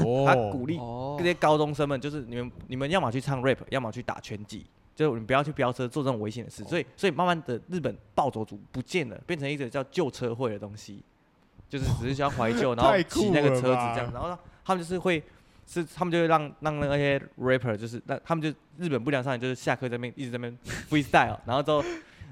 A: 哦，
B: 他鼓励
C: 哦
B: 这，些高中生们，就是你们你们要么去唱 rap，要么去打拳击，就是你们不要去飙车做这种危险的事。
C: 哦
B: 所以所以慢慢的日本暴走族不见了，变成一个叫旧车会的东西，就是只是需要怀 旧，然后
A: 太酷
B: 骑那个
A: 了
B: 车子
A: 吧
B: 这样，然后他们就是会。是，他们就会让让那些 rapper，就是那他们就日本不良少年，就是下课在那边一直在那边 freestyle，然后之后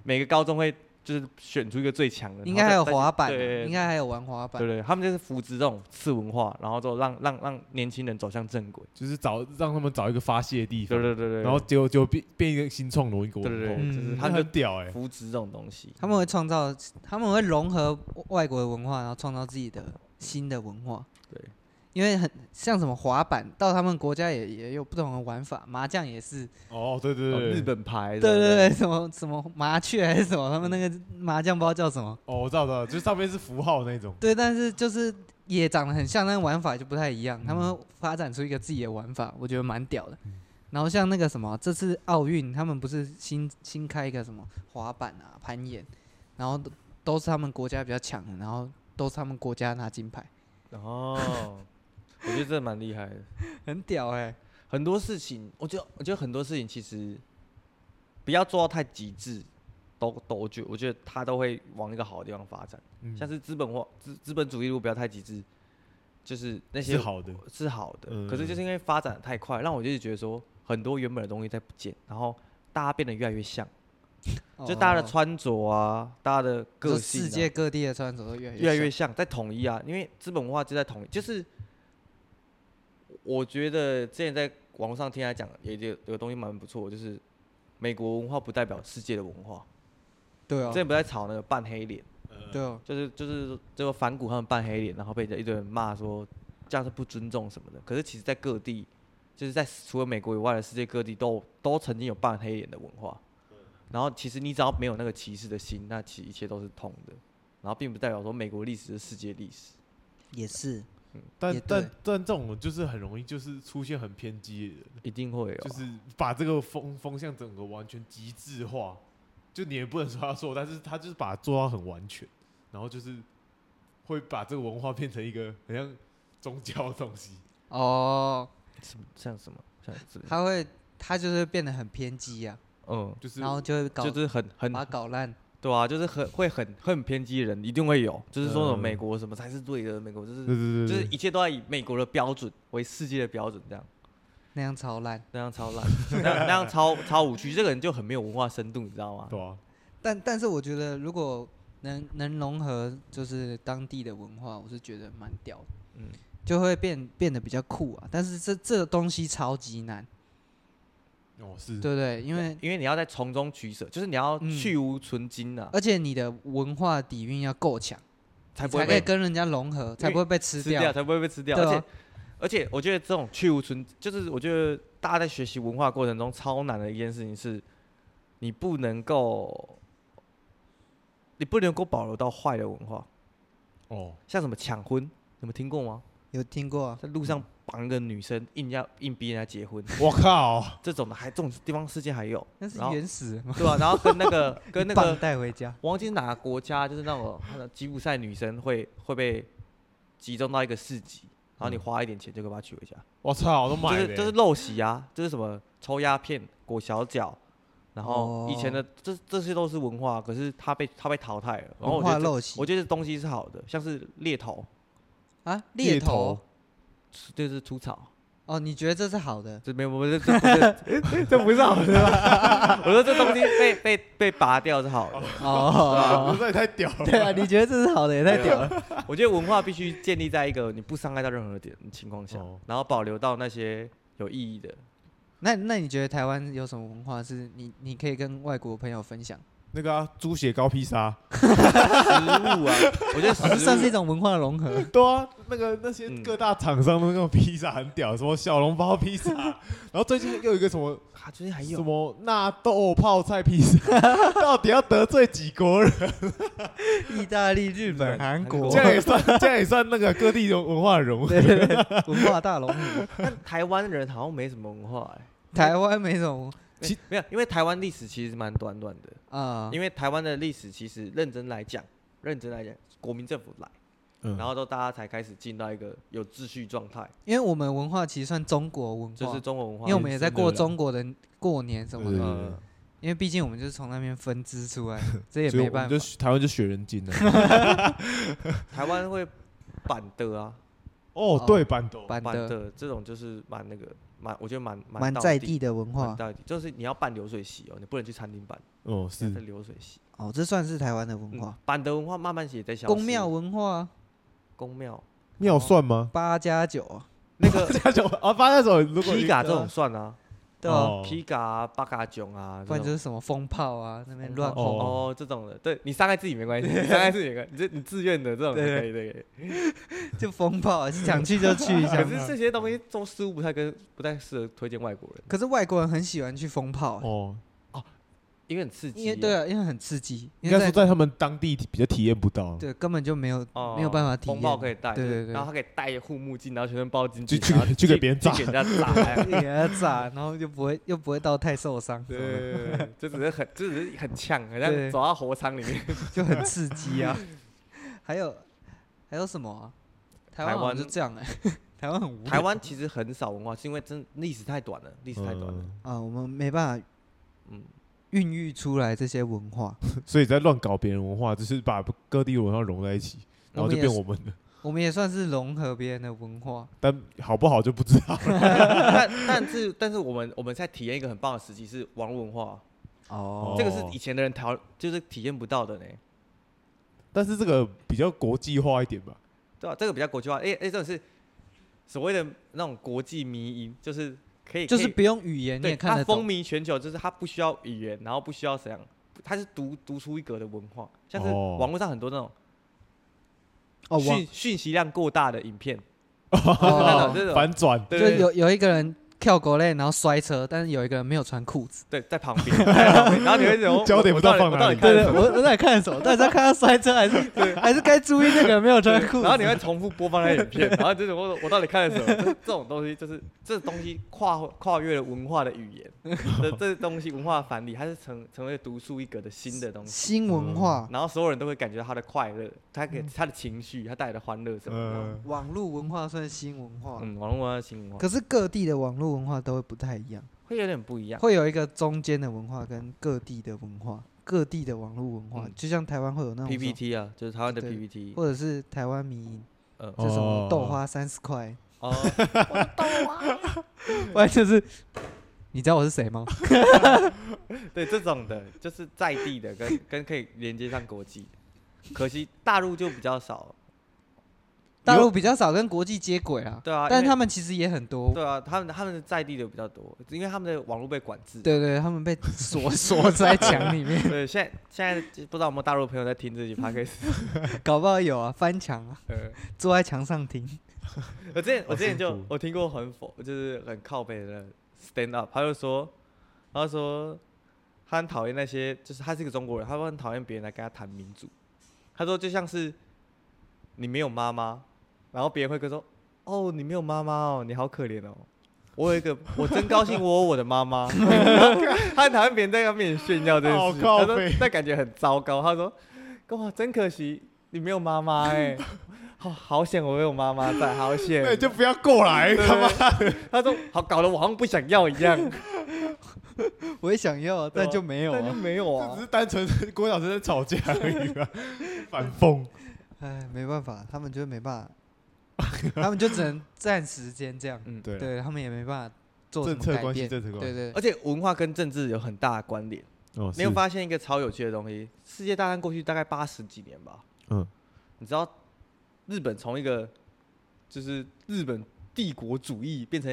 B: 每个高中会就是选出一个最强的，然后
C: 应该还有
B: 再再去
C: 滑板啊，
B: 对对对
C: 应该还有玩滑板
B: 对。对，他们就是扶植这种次文化，然后之后让让让年轻人走向正轨。
A: 就是找让他们找一个发泄的地
B: 对
A: 方，
B: 对对对，
A: 然后结果就变变一个新创罗一个
B: 对
A: 文
B: 对对，
A: 化，
B: 就是
C: 嗯
B: 他
A: 哦他
B: 们
A: 很
B: 就
A: 屌哎，
B: 扶植这种东西。
C: 他们会创造，他们会融合外国的文化，然后创造自己的新的文化。
B: 对，
C: 因为很像什么滑板，到他们国家也也有不同的玩法，麻将也是，
A: 哦，对对
B: 哦
A: 对，
B: 日，本牌，
C: 对对对，，什么什么麻雀还是什么，他们那个麻将不知道叫什么，
A: 哦，我知道，我知道，就是上面是符号那种，
C: 对，但是就是也长得很像，但是玩法就不太一样。他
B: 嗯
C: 们发展出一个自己的玩法，我觉得蛮屌的。然后像那个什么，这次奥运他们不是新新开一个什么滑板啊、攀岩，然后都都是他们国家比较强的，然后都是他们国家拿金牌，
B: 哦，我觉得这蛮厉害的。
C: 很屌哎、
B: 很多事情，我觉得我觉得很多事情其实不要做到太极致，都都我觉得我觉得它都会往一个好的地方发展。
A: 嗯
B: 像是资本化资资本主义，如果不要太极致，就是那些
A: 是好的，
B: 是好的，
A: 嗯
B: 可是就是因为发展得太快，让我就是觉得说很多原本的东西在不见，然后大家变得越来越像，就大家的
C: 哦
B: 穿着啊，大家的
C: 就
B: 个性、啊，
C: 世界各地的穿着都越来
B: 越来越
C: 像
B: 像，在统一啊，因为资本文化就在统一，就是我觉得之前在网络上听他讲，有有有个东西蛮不错，就是美国文化不代表世界的文化。
C: 对
B: 之
C: 哦，
B: 前不在吵那个扮黑脸，
C: 对哦，
B: 就是就是这个反骨他们扮黑脸，然后被人家一堆人骂说这样是不尊重什么的。可是其实，在各地，就是在除了美国以外的世界各地都有，都曾经有扮黑脸的文化。然后其实你只要没有那个歧视的心，那其实一切都是通的。然后并不代表说美国历史是世界历史。
C: 也是，
A: 但
C: 也
A: 但
C: 对
A: 但这种就是很容易就是出现很偏激的人，
B: 一定会有啊、
A: 就是把这个风风向整个完全极致化，就你也不能说他错，但是他就是把它做到很完全，然后就是会把这个文化变成一个很像宗教的东西。
C: 哦，
B: 什么像什么像是
C: 他会他就是变得很偏激啊，
B: 嗯，
A: 就是
C: 然后就会搞
B: 就是很很
C: 把它搞烂，
B: 对啊，就是很会很很偏激的人一定会有，就是说什么美
A: 嗯
B: 国什么才是对的，美国就是
A: 对对对
B: 就是
A: 对
B: 一切都要以美国的标准为世界的标准，这样
C: 那样超烂。
B: 那样超烂， 那样那样超超无趣，这个人就很没有文化深度，你知道吗？
A: 对啊，
C: 但但是我觉得，如果能能融合就是当地的文化，我是觉得蛮屌的，
B: 嗯
C: 就会变变得比较酷啊。但是这这个东西超级难，
A: 哦是，
C: 对不对？因为
B: 因为你要在从中取舍，就是你要
C: 嗯
B: 去无存精啊，
C: 而且你的文化底蕴要够强，
B: 才不
C: 才
B: 会
C: 可以
B: 被
C: 跟人家融合，才不会被吃
B: 吃掉，
C: 掉。
B: 才不会被吃掉。
C: 对
B: 而
C: 啊
B: 且而且，我觉得这种去无存，就是我觉得大家在学习文化过程中超难的一件事情是，你不能够，你不能够保留到坏的文化，
A: 哦
B: 像什么抢婚，你们听过吗？
C: 有听过啊？
B: 在路上绑一个女生，硬要硬逼人家结婚，
A: 我靠，
B: 这种的还这种地方世界还有，
C: 那是
B: 然后
C: 原始的吗？
B: 对吧、然后跟那个跟那
C: 棒
B: 个
C: 带回家，
B: 我忘记是哪个国家，就是那种他的吉普赛女生会会被集中到一个市集，然后你
A: 嗯
B: 花一点钱就可以把她娶回家。
A: 我操，我都
B: 就
A: 买
B: 是
A: 了，
B: 就是陋习啊，就是什么抽鸦片、裹小脚，然后以前
C: 哦
B: 的、这这些都是文化，可是它被它被淘汰了。然后
C: 文
B: 我觉
C: 化
B: 得这
C: 陋习
B: 我觉得这东西是好的，像是猎头，
C: 啊，
A: 猎
C: 猎
A: 头
C: 头
B: 就是除草，
C: 哦，你觉得这是好的？
B: 这没有不是这不是 这不是好的吧？我说这东西被被被拔掉是好的，
A: 啊，
C: 哦，
A: 这也太屌了，
C: 对啊，你觉得这是好的也太屌了。
B: 我觉得文化必须建立在一个你不伤害到任何点情况下，
A: 哦
B: 然后保留到那些有意义的。
C: 那那你觉得台湾有什么文化是你你可以跟外国朋友分享？
A: 那个啊，猪血糕披萨，
B: 食 物啊，我觉得食
C: 这算是一
B: 物
C: 种文化的融合。
A: 对啊，那个那些
B: 嗯
A: 各大厂商的那种披萨很屌，什么小笼包披 萨，然后最近又有一个什么
B: 啊，最近还
A: 什
B: 有
A: 么纳豆泡菜披 萨，到底要得罪几国人？
C: 意大利、日本、韩国，
A: 这样也算，这样也算那个各地的文化融合。
C: 对对对文化大融合。
B: 但台湾人好像没什么文化哎、
C: 台湾没什么
A: 其
B: 其没有，因为台湾历史其实蛮短短的，
C: 啊，
B: 嗯因为台湾的历史其实认真来讲，认真来讲，国民政府来，
A: 嗯
B: 然后都大家才开始进到一个有秩序状态，
C: 因为我们文化其实算中国文
B: 就是
C: 化，
B: 中国文化
C: 因为我们也在
A: 真的
C: 过
A: 啦
C: 中国的过年什么
A: 对对。
C: 的
B: 呃
C: 因为毕竟我们就是从那边分支出来，这也
A: 所以
C: 没
A: 我们
C: 办法
A: 就。台湾就雪人精了。
B: 台湾会板的啊，
A: 哦，对，板豆，
C: 办
B: 板
C: 的
B: 的这种就是蛮那个蛮，我觉得蛮
C: 蛮
B: 道
C: 在
B: 地
C: 地的文
B: 蛮
C: 化
B: 在地，就是你要办流水席哦，你不能去餐厅办，
A: 哦
B: 你
A: 是
B: 要在，流水席。
C: 哦，这算是台湾的文
B: 嗯
C: 化。，
B: 板的文化慢慢也在消失。
C: 宫庙文化
B: 宫庙
A: 妙算吗？
C: 八加九啊，
B: 那个
A: 加九啊，八加九，如果
B: 皮卡这种算啊，
C: 对啊，
A: 哦
B: 皮卡啊、巴嘎囧啊，
C: 不然就是是什么风炮啊，那边乱
A: 炮
C: 轰。
A: 哦
B: 哦这种的，对你伤害自己没关系， 你伤害自己没关系，你这你自愿的这种的
C: 对
B: 可以的。可以
C: 就风炮，想去就去，
B: 可
C: 想
B: 是这些东西都似乎不太跟不太适合推荐外国人，
C: 可是外国人很喜欢去风炮欸，
A: 哦，
B: 因为很刺激
C: 因
B: 啊。
C: 为对啊，因为很刺激，
A: 应
C: 因
A: 该
C: 为
A: 说
C: 在
A: 在他们当地体比较体验不到，
C: 对根本就没有
B: 哦，
C: 没有办法体
B: 风暴可
C: 验。
B: 以戴，
C: 对
B: 就是
C: 对对
B: 然后他可以戴护目镜，然后全身包金
A: 就
B: 去
A: 去给去给别人炸
B: 给人家炸。哎
C: 给他炸，然后就不会又不会到太受 伤，
B: 对对，对对这只是很，这只是很呛，好
C: 对
B: 像走到火场里面。
C: 就很刺 激啊。还有还有什么啊？台湾
B: 台
C: 好像
B: 湾
C: 就这样哎，台湾很 无
B: 台
C: 聊
B: 湾其实很少文化，是因为真历史太短了，历史太短了。
A: 嗯，
C: 啊，我们没办法
B: 嗯，
C: 孕育出来这些文化，
A: 呃所以在乱搞别人文化，只是把各地文化融在一起，然后就
C: 我们也
A: 变
C: 是
A: 我们的，
C: 我们也算是融合别人的文化。
A: 但好不好就不知道。
B: 但 但是但是我们我们在体验一个很棒的时期是网络文化，
C: 哦
B: 这个是以前的人讨就是体验不到的呢。
A: 但是这个比较国际化一点吧，
B: 对吧、这个比较国际化，哎、哎、这种是所谓的那种国际迷音，就是可以，
C: 就是
B: 可以
C: 不用语言你
B: 对
C: 也看
B: 它
C: 得
B: 风
C: 懂，
B: 靡全球，就是它不需要语言，然后不需要怎样，它是独独出一格的文化，像是
A: 哦
B: 网络上很多那种
C: 哦，网
B: 讯讯、息量过大的影片，就是那种
C: 哦
B: 这种
A: 反转
B: 对
C: 就
B: 对对
C: 有有一个人跳狗链，然后摔车，但是有一个人没有穿裤子。
B: 对在旁 边，在旁边然后你会想
A: 焦点
B: 我
A: 不知道
B: 我到底
A: 放哪里
B: 我到底
C: 对
B: 看
C: 对，
B: 什么
C: 我我在看什么？但是在看他摔车，还是还是该注意那个人没有穿裤
B: 对
C: 子。
B: 然后你会重复播放那影 片，然后就是我我到底看了什么？ 就是这种东西就是这东西跨跨越了文化的语言， 这这东西文化的反理，它是成成为独树一格的新的东西。
C: 新文化、
B: 然后所有人都会感觉到他的快乐，他
C: 嗯
B: 给他的情绪，他带来的欢乐什么
A: 嗯，
C: 网络文化算新文化
B: 的。，嗯，网络文化、新闻文化
C: 可是各地的网络文化都会不太一样，
B: 会有点不一样。
C: 会有一个中间的文化跟各地的文化，各地的网络文化，
B: 嗯
C: 就像台湾会有那种什么
B: PPT 啊，就是台湾的
C: 对
B: PPT，
C: 或者是台湾迷音，
B: 嗯，
C: 就什么
A: 哦
C: 豆花三 十块，
B: 哦，
C: 不然就是你知道我是谁吗？
B: 对，这种的就是在地的，跟跟可以连接上国际。可惜大陆就比较少，
C: 大陆比较少跟国际接轨啊，
B: 对啊，
C: 但
B: 因为
C: 他们其实也很多，
B: 对啊，他们他们的在地的比较多，因为他们的网络被管制。
C: 对对，他们被锁 锁在墙 里面，
B: 对，现在现在就不知道有没有大陆朋友在听自己 podcast。
C: 搞不好有啊，翻墙啊，
B: 呃
C: 坐在墙上听，
B: 我之前我
A: 好
B: 之前
A: 辛
B: 就
A: 苦
B: 我听过很否，就是很靠北的 stand up，他就说，他说他很讨厌那些，就是他是一个中国人，他会很讨厌别人来跟他谈民主。他说就像是你没有妈妈，然后别人会跟说，哦，你没有妈妈哦，你好可怜哦。我有一个，我真高兴，我有我的妈妈。 他很讨厌别人在他面前炫耀这件
A: 好
B: 事，
A: 靠
B: 他说
A: 北
B: 那感觉很糟糕。他说，哇，真可惜你没有妈妈哎，好好险我有妈妈在，好 险。
A: 那你就不要过来，
B: 对
A: 他妈
B: 他说好搞得我好像不想要一样，
C: 我也想要啊，
B: 对啊
C: 但就没有
B: 但就
C: 啊，
B: 没有
A: 只
B: 啊。
A: 是单纯是郭小生在吵架而已 吧，反讽。
C: 哎，没办法，他们就没办法，他们就只能暂时间这样，
B: 嗯，。
A: 对啦，
C: 对他们也没办法做什
A: 政
C: 么
A: 策
C: 改
A: 关系，
C: 变，
A: 政策关
C: 对
A: 系。
C: 对
B: 而且文化跟政治有很大的关联。
A: 哦，
B: 你有发现一个超有趣的东西？世界大战过去大概八十几年吧。
A: 嗯，
B: 你知道日本从一个就是日本帝国主义变成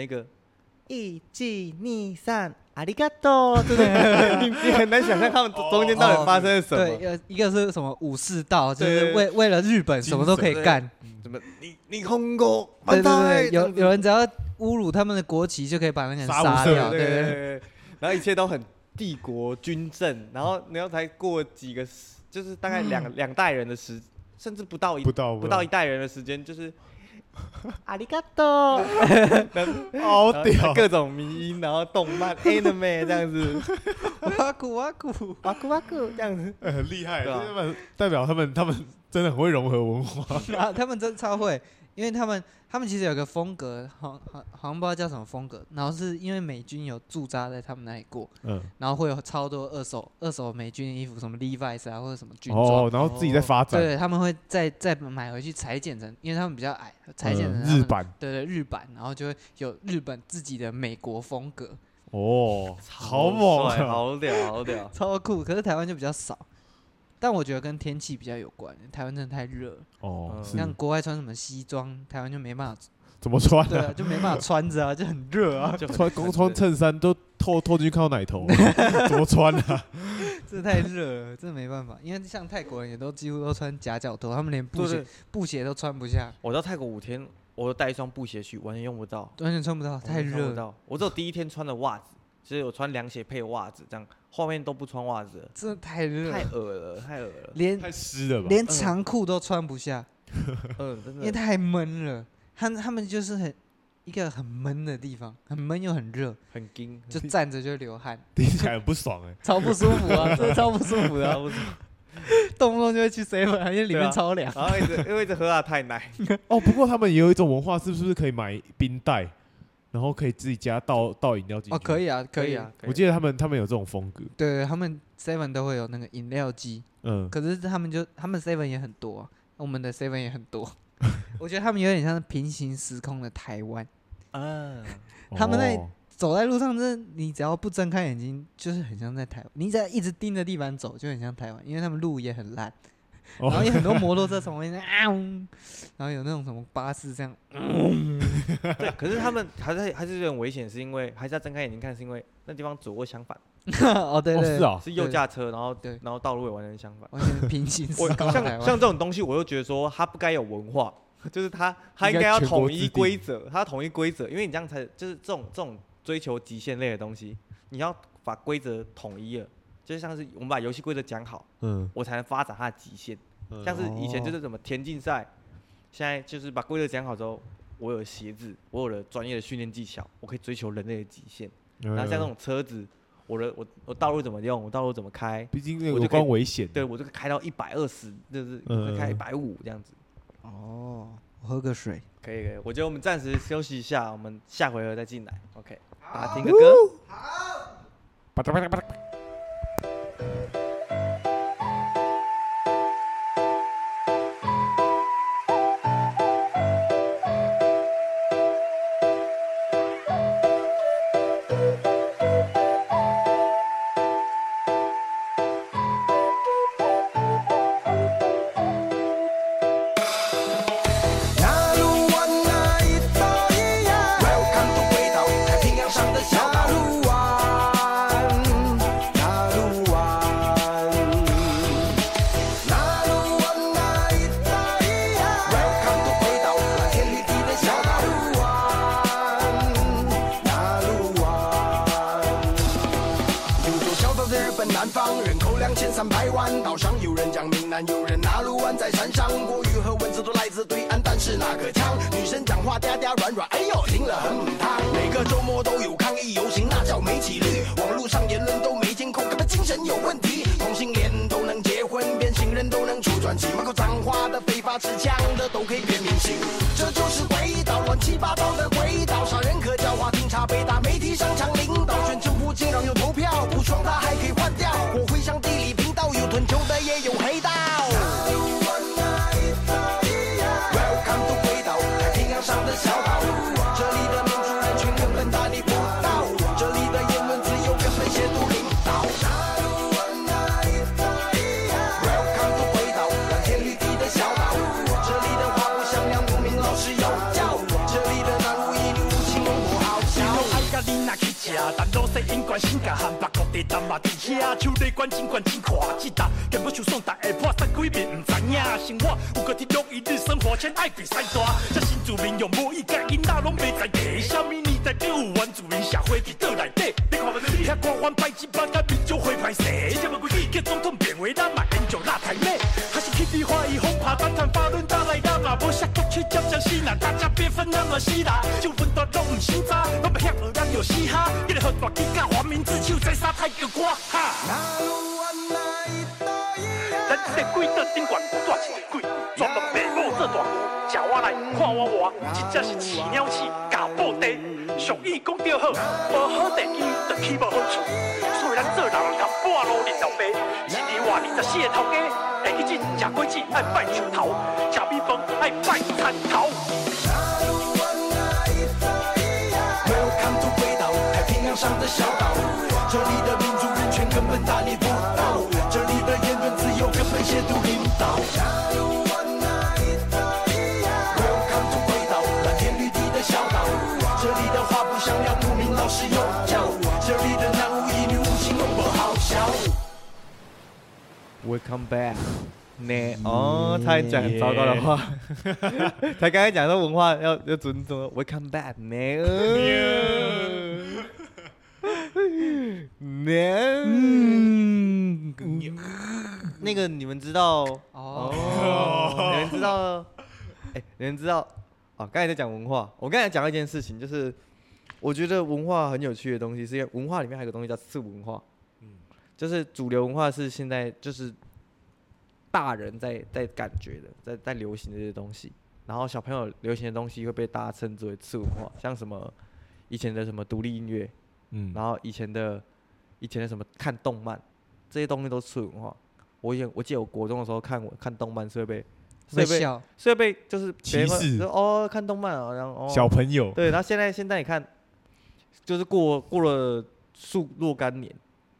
B: 一一、二、三、阿里嘎多，对不对？ 你你很难想象他们中间到底发生了什
C: 对，
B: 么。
C: 呃，一个是什么武士道，就是
B: 对
C: 为为了日本什么都可以干，
B: 怎么你你空哥，
C: 对对对，
B: 完蛋
C: 有有人只要侮辱他们的国旗就可以把那个人
A: 杀
C: 杀
A: 无赦
C: 掉，
B: 对
C: 对对
B: 对
C: 对。
B: 对，然后一切都很帝国军政，然后然后才过几个时，就是大概两两代人的时，甚至不到一
A: 不到
B: 不到一代人的时间，就是阿里嘎多，
A: 好
B: 然后
A: 屌，
B: 各种迷音，然后动漫 anime 这样子，
C: 哇古哇古，
B: 哇酷哇酷这样子，
A: 呃很厉害，
B: 对啊
A: 这代表代表他们他们真的很会融合文化，
C: 然啊后他们真的超会，因为他们他们其实有个风格，好好好像不知道叫什么风格，然后是因为美军有驻扎在他们那里过，
A: 嗯，
C: 然后会有超多二手二手美军的衣服，什么 Levi's 啊或者什么军装，
A: 哦，然后自己在发展，
C: 对，他们会再再买回去裁剪成，因为他们比较矮，裁剪成
A: 嗯
C: 他们
A: 日，版
C: 对对日版，然后就会有日本自己的美国风格，
A: 哦，好猛
B: 帅
A: 啊！
B: 好屌，好屌，
C: 超酷。可是台湾就比较少，但我觉得跟天气比较有关，台湾真的太热了，
A: 哦，
B: 嗯
A: 是
C: 像国外穿什么西装，台湾就没办法，
A: 怎么穿
C: 对
A: 啊？
C: 啊，就没办法穿着啊，就很热啊，
B: 就很
A: 穿光穿衬衫都透透进去看到奶头，怎么穿啊？
C: 真的太热了，真的没办法。因为像泰国人也都几乎都穿夹脚拖，他们连布
B: 对对
C: 鞋，布鞋都穿不下，
B: 我到泰国五天，我都带一双布鞋去，完全用不到。
C: 完全穿不到，太
B: 我没看
C: 热
B: 不
C: 了。
B: 到。我只有第一天穿的袜子，其实我穿凉鞋配袜子，这样后面都不穿袜子了，
C: 真的太热
B: 太
C: 了，
B: 恶了，太恶了。
C: 连
A: 太湿了吧？
C: 连长裤都穿不下，
B: 嗯，真
C: 因为
B: 的。
C: 太闷了。他他们就是很一个很闷的地方，很闷又很热，
B: 很硬，
C: 就站着就流汗，
A: 听起来很不爽哎。
C: 超不舒服啊，真的超不舒服的啊、
B: 然后
C: 动不动就会去 seven，因为里
B: 对
C: 面
B: 啊
C: 超凉。
B: 然后一直因为一直喝啊太奶，
A: 哦，不过他们也有一种文化，是不是可以买冰袋，然后可以自己加倒倒饮料进去？
C: 哦，可。以啊，可以
B: 啊。。可以
A: 我记得他们他们有这种风格，
C: 对对，他们 seven 都会有那个饮料机，
A: 嗯，
C: 可是他们就他们 seven 也很多啊、我们的 seven 也很多。 我觉得他们有点像是平行时空的台湾，
B: 啊，
C: 他们在
A: 哦
C: 走在路上，真的你只要不睁开眼睛，就是很像在台湾。你只要一直盯着地板走，就很像台湾，因为他们路也很烂，然后
A: 哦
C: 有很多摩托车从旁边这样啊嗡，然后有那种什么巴士这样，
B: 对，可是他们还是还是有点危险，是因为还是要睁开眼睛看，是因为那地方左右相反，
C: 哦对
A: 哦
C: 对，
A: 是，啊，
B: 是右
C: 对
B: 驾车，然后
C: 对
B: 然后道路也完全相 反。
C: 完全是平行时
B: 我
C: 空
B: 像
C: 的台
B: 像
C: 湾。
B: 这种东西，我又觉得说他不该有文化， 就是他他
A: 应
B: 应
A: 该
B: 该要
A: 全国
B: 统
A: 之
B: 一
A: 地
B: 规则，他要统一规则，因为你这样才就是这种这种追求极限类的东西，你要把规则统一了，就像是我们把游戏规则讲好，
A: 嗯，
B: 我才能发展它的极限。
A: 嗯
B: 像是以前就是什么田径赛，现在就是把规则讲好之后，我有鞋子，我有了专业的训练技巧，我可以追求人类的极限。然后像那，
A: 嗯
B: 种车子，我的我我道路怎么用，我道路怎么开，
A: 毕竟
B: 我
A: 有
B: 就可以
A: 关危险，
B: 对，我就开到一百二十，就是我可以开一
A: 嗯
B: 百五这样子。
C: 哦，我喝个水。
B: 可以可以，我觉得我们暂时休息一下，我们下回合再进来。OK，大家听个
A: 啊
B: 歌。
A: 吧嗒吧嗒吧嗒
D: 那路啊那一道一呀，Welcome to 北岛，太平洋上的小岛。那路湾，那路湾，那路啊那一道一呀，Welcome to 北岛，那天里地的小岛。那路湾，那路湾。五座小岛在日本南方，人口两千三百万。岛上有人讲闽南，有人拿鲁湾，在山上，国语和文字都来自对岸，但是那个腔，女生讲话嗲嗲软软，哎呦，听了很母汤。每个周末都有抗议游行，那叫没纪律。网络上言论都没监控，他们精神有问题。同性恋都能结婚，变性人都能出专辑，满口脏话的、非法持枪的都可以变明星。这就是鬼岛，乱七八糟的鬼岛，杀人可狡猾，警察被打，媒体上场领导，选政府竟然有投票，不爽他还可以换掉。我会上地理频道，有屯球的也有黑道。Welcome to 鬼岛，太平洋上的小岛，这里的民主人群根本打你不到，这里的言论自由根本亵渎领导。Welcome to 鬼岛，蓝天绿地的小岛，这里的花不香两无名老师有教，这里的男巫一女无情，我好笑。
E: 爱甲你若去食，但都说因关关心甲含白各地淡嘛伫遐，手底管真管真阔，即搭根本就爽，逐下破三鬼面毋知影。生活有个铁路一日生活圈爱比赛大，这新住民用无意甲囡仔拢袂知地，什么年代才有原住民社会伫倒内底？你看无？遐官员摆一班，甲民众会歹势，这么规矩，叫总统变话咱嘛因就拉台妹，还是去比花伊轰趴单谈法论打来打嘛，无啥国去接江西啦，大家别分那么细啦，就分大拢毋心渣，拢袂遐学咱就嘻哈，今日喝大吉甲黄明志手再沙太叫歌哈。咱这鬼到顶悬大一个鬼，专门卖某做大牛，食我来，看我活，真正是饲鸟鼠，咬布袋。俗语讲得好，无好地基就起无好厝，所以咱做人毋通半路认老爸。一年活二十四个头家，会记真食果子爱拜树头，食米饭爱拜田头。
D: Welcome to 北岛，太平洋上的小岛，这里的民族人权根本打理不到，这里的言论自由根本亵渎领导。Welcome to 北岛，蓝天绿地的小岛，这里的话不想要，不明老师有教，这里的男巫一女无情容我好笑。
B: Welcome back。那哦，他讲很糟糕的话， 他刚才讲说文化要要尊重。Welcome back，no，
C: 嗯，
B: 那个你们知道
C: 哦
B: 你们知道？哎，你们知道？哦，刚才在讲文化，我刚才讲了一件事情，就是我觉得文化很有趣的东西，是因为文化里面还有个东西叫次文化，就是主流文化是现在就是大人在在感觉的，在在流行的这些东西，然后小朋友流行的东西会被大家称之为次文化，像什么以前的什么独立音乐，
A: 嗯，
B: 然后以前的以前的什么看动漫，这些东西都是次文化。我以前我记得我国中的时候看我看动漫是会被是
C: 被
B: 会被
C: 笑，
B: 是会被就是别人会
A: 歧视
B: 说哦看动漫啊，然后哦
A: 小朋友，
B: 对，然后现在现在你看，就是过过了数若干年，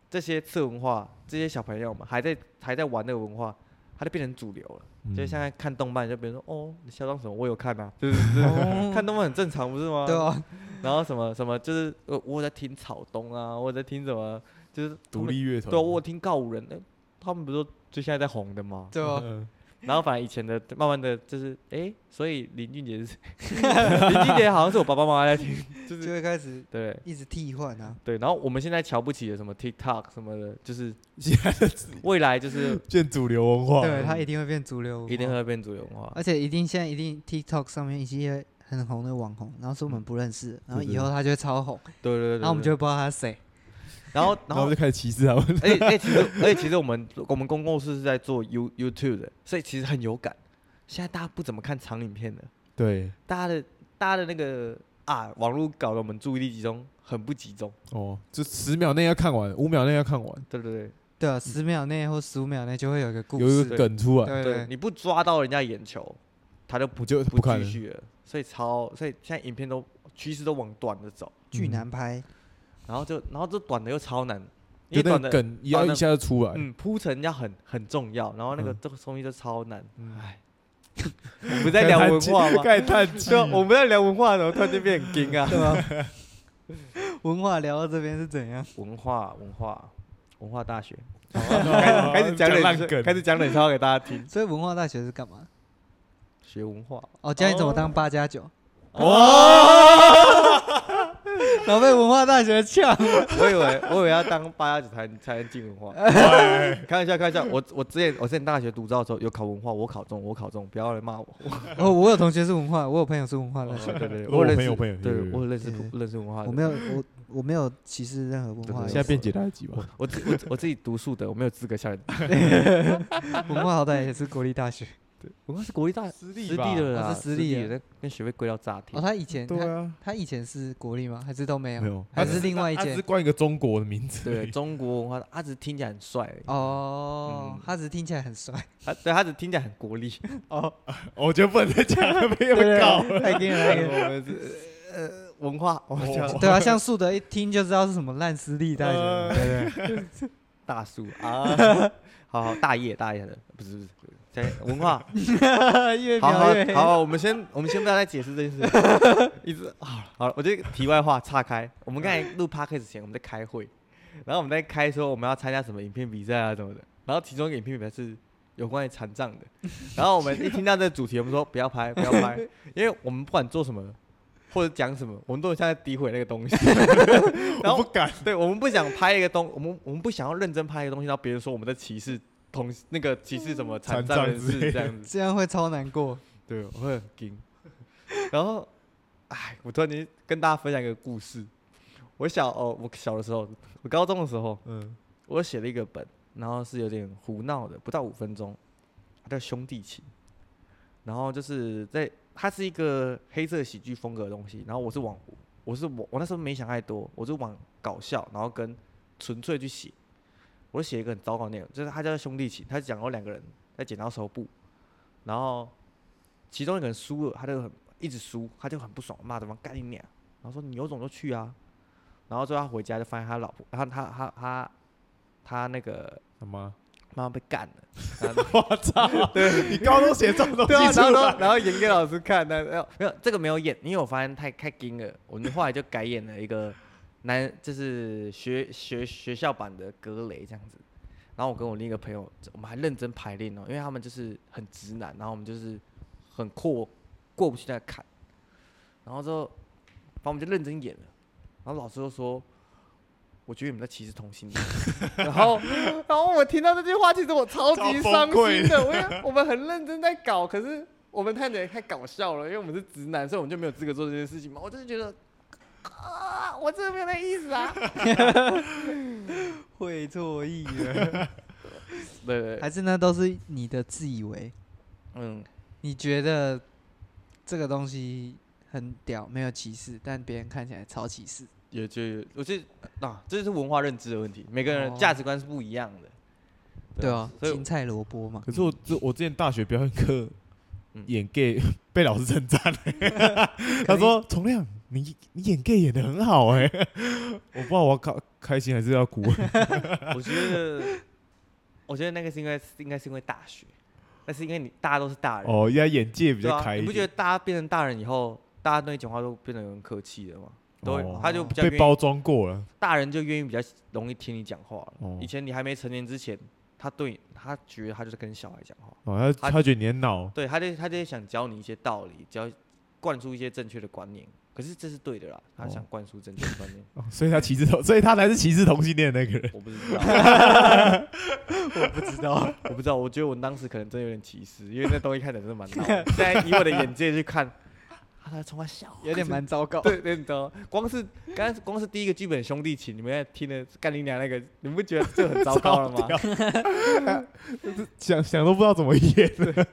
B: 这些次文化这些小朋友们还在还在玩那个文化，它就变成主流了。
A: 嗯
B: 就现在看动漫，就别人说哦你嚣张什么，我有看啊，就是 就是
C: 哦
B: 看动漫很正常不是吗？
C: 对啊，
B: 然后什么什么，就是我我有在听草东啊，我有在听什么，就是他
A: 独
B: 们，
A: 立乐团，
B: 对啊，我有听告五人，哎、他们不是都就现在在红的吗？
C: 对啊，
A: 嗯
B: 然后反正以前的慢慢的就是，哎、所以林俊杰是 林俊杰好像是我爸爸妈妈在听，就
C: 就是会开始
B: 对
C: 一直替换啊，
B: 对，然后我们现在瞧不起的什么 TikTok 什么的，就是
A: 现在的
B: 未来就是
A: 见主流文化，
C: 对，它一定会变主流文化，
A: 哦
B: 一定会变主流文
A: 哎
B: 化，
C: 而且一定现在一定 TikTok 上面一些很红的网红，然后是我们不认识的，然后以后他就会超红，
B: 对对对
C: 然后我们
B: 对
C: 就不知道他是谁。
A: 嗯
B: 然后然
A: 然后
B: 后
A: 我们就开始歧视他 们。
B: 而且而且其实而且其实我们我们公共室是在做 You YouTube 的，所以其实很有感。现在大家不怎么看长影片的，
A: 对，
B: 大家的大家的那个啊，网络搞得我们注意力集中很不集中，
A: 哦，就十秒内要看完，五秒内要看完，
B: 对不对？
C: 对啊，十秒内或十五秒内就会有一个故
A: 有一
C: 事。
A: 个梗出来，
C: 对对
B: 你不抓到人家眼球，他就不
A: 就
B: 不
A: 不看
B: 继
A: 了
B: 续了。所以超所以现在影片都趋势都往短的走，
C: 巨
A: 嗯
C: 难拍，
B: 然后就然后这短的又超难，
A: 就那
B: 因为短
A: 个
B: 的
A: 梗也要
B: 短
A: 一
B: 的
A: 下就出来。
B: 嗯铺陈要很很重要，然后那个
A: 嗯
B: 这个东西就超难。
A: 嗯
B: 哎，我们在聊文化 吗？
A: 该叹气
B: 对啊，我们在聊文化的时候，突然间变很惊啊！
C: 对吧？文化聊到这边是怎样？
A: 嗯
B: 文化，文化，文化大学，
A: 开
B: 开始讲冷
A: 烂
B: 笑
A: 梗，
B: 开始讲冷笑话给大家听。
C: 所以文化大学是干嘛？
B: 学文化，
C: 哦，教你怎么当八加九，
A: 哦，
C: 然后被文化大 学呛。
B: 我以为我以为要当八加九才能才能进文化， 开玩笑，开玩 笑。我我之前我之前大学读照的时候有考文化，我考中，我考中，不要来骂我。
C: 哦，我有同学是文化，我有朋友是文化大学，
B: 对 对，
A: 我
B: 有认
A: 朋友
B: 识
A: 朋友有有
B: 对
A: 有
B: 我有认识
C: 对对
B: 认识文
A: 哦
B: 化的。
C: 嗯我没有我我没有歧视任何文化
A: 现
C: 的意思。
A: 在变解答集吧。
B: 我自我自我自己读书的，我没有资格笑人。
C: 文化好歹也是国立大学。
B: 文化是国立大私
A: 立
B: 私
A: 吧
B: 立的啦，
C: 哦是私立的
B: 的，跟学费贵到炸
C: 哦，
B: 天。
C: 他以前
A: 对
C: 他
A: 啊，
C: 他以前是国立吗？还是都没有？
A: 没有，
C: 还
A: 他
C: 是另外一
A: 他只是
C: 件？
A: 冠一个中国的名字。
B: 对，中国文化，他只是听起来很帅而已。
C: 哦
B: 嗯，
C: 他只是听起来 很帅。
B: 他对他只听起来很国 力，
C: 哦，
A: 我觉得不能再讲了，被被告。
C: 太给了，太给了。
B: 呃，文化，我们叫
C: 对啊，像树德一听就知道是什么烂私立大学，
A: 呃
C: 对不对？
B: 大叔
C: 哦
B: 啊， 好好大业大业的，不是不是，在文化，
C: 越
B: 好
C: 描越
B: 好
C: 黑。
B: 好，我们先 我们先不要再解释这件 事，啊一直好了好了，我这个题外话岔开，我们刚才录 p o d c a s 前我们在开会，然后我们在开说我们要参加什么影片比赛啊什么的，然后其中一个影片比赛是有关于残障的， 然后我们一听到这个主题，我们说不要拍，不要拍，因为我们不管做什么或者讲什么，我们都很像在诋毁那个东 西。然
A: 我不
B: 后
A: 敢。
B: 对，我们不想拍一个东，我们我们不想要认真拍一个东西，然后别人说我们在歧视同那个歧视什么残
A: 残
B: 障
A: 障
B: 人
A: 之
B: 士
A: 类
B: 这
A: 的
B: 样子，
C: 这样会超难过。
B: 对，我会很惊。 然后，哎，我突然间跟大家分享一个故事。我小哦，我小的时候，我高中的时候，
A: 嗯，
B: 我写了一个本，然后是有点胡闹的，不到五分钟，它叫《兄弟情》，然后就是在它是一个黑色喜剧风格的东西，然后我是往我是我我那时候没想太多，我是往搞笑，然后跟纯粹去写，我写一个很糟糕的内容，就是它叫《兄弟情》，它讲有两个人在剪刀手布，然后其中一个人输了，他就很一直输，他就很不爽，骂对方干你娘，然后说你有种就去啊。然后最后他回家就发现他老婆，他他他他他那个
A: 什么？
B: 妈妈被干了，然后
A: 我操！你高中写这种东
B: 对啊，
A: 西
B: 然
A: 出
B: 后
A: 来，
B: 然后演给老师看，那没有没有这个没有演，因为我发现太太惊了，我们后来就改演了一个男，就是学学学校版的格雷这样子。然后我跟我另一个朋友，我们还认真排练哦，因为他们就是很直男，然后我们就是很过过不去那个坎，然后之后，反正我们就认真演了，然后老师就说。我觉得你们在歧视同性 恋，然后，然后我听到这句话，其实我超
A: 超
B: 级
A: 崩
B: 伤
A: 溃
B: 心的。我也我们很认真在搞，可是我们太太搞笑了，因为我们是直男，所以我们就没有资格做这件事情嘛。我就是觉得，啊，我真的没有那意思啊。
C: 会错意了，
B: 对对 对，
C: 还是那都是你的自以为，
B: 嗯，
C: 你觉得这个东西很屌，没有歧视，但别人看起来超歧视。
B: 也就我觉得啊，这就是文化认知的问题，每个人
C: 哦
B: 价值观是不一样的。
C: 对啊，
B: 所以
C: 青菜萝卜嘛。
A: 可是我这我之前大学表演课
B: 嗯
A: 演 gay 被老师称 赞、他
B: 哎
A: 说：“崇亮，你你演 gay 演的很好哎、 我不知道我要开开心还是要哭。
B: 我觉得，我觉得那个是因为应该是因为大学，但是因为你大家都是大人，
A: 哦，应该眼界比
B: 对
A: 较
B: 啊，
A: 开一点，
B: 你不觉得大家变成大人以后，大家对你讲话都变得很客气了吗？都会
A: 哦
B: 他就比较
A: 被
B: 愿意
A: 包装过了？
B: 大人就愿意比较容易听你讲话了。
A: 哦
B: 以前你还没成年之前，他对你他觉得他就是跟小孩讲话，
A: 哦，他
B: 他
A: 他觉得你在闹，
B: 对，他就他就想教你一些道理，教灌输一些正确的观念。可是这是对的啦，他
A: 哦
B: 想灌输正确的观念，
A: 哦所以他歧视同，所以他才是歧视同性恋的那个人。
B: 我不知道，
C: 我不知道，
B: 我不知道，我觉得我当时可能真的有点歧视，因为那东西看起来真的蛮闹 的。现在以我的眼界去看，他在冲他笑，啊
C: 有点蛮糟糕。
B: 对对，你知道吗，光是刚才光是第一个剧本《兄弟情》，你们在听的干你娘那个，你们不觉得这 很糟糕了吗？
A: 想想都不知道怎么演。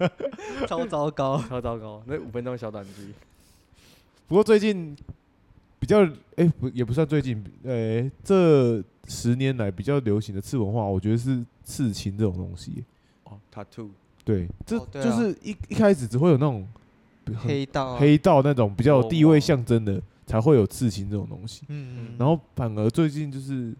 C: 超糟糕。
B: 超糟糕，那五分钟小短剧。
A: 不过最近比较，哎、不也不算最近，呃、这十年来比较流行的次文化，我觉得是刺青这种东西。
B: 哦，tattoo，
A: 对，这、
C: 哦对啊
A: 就是一一开始只会有那种很
C: 黑道、啊，
A: 黑道那种比较有地位
B: 哦
A: 象征的，才会有刺青这种东西。
C: 嗯，嗯
A: 然后反而最近就是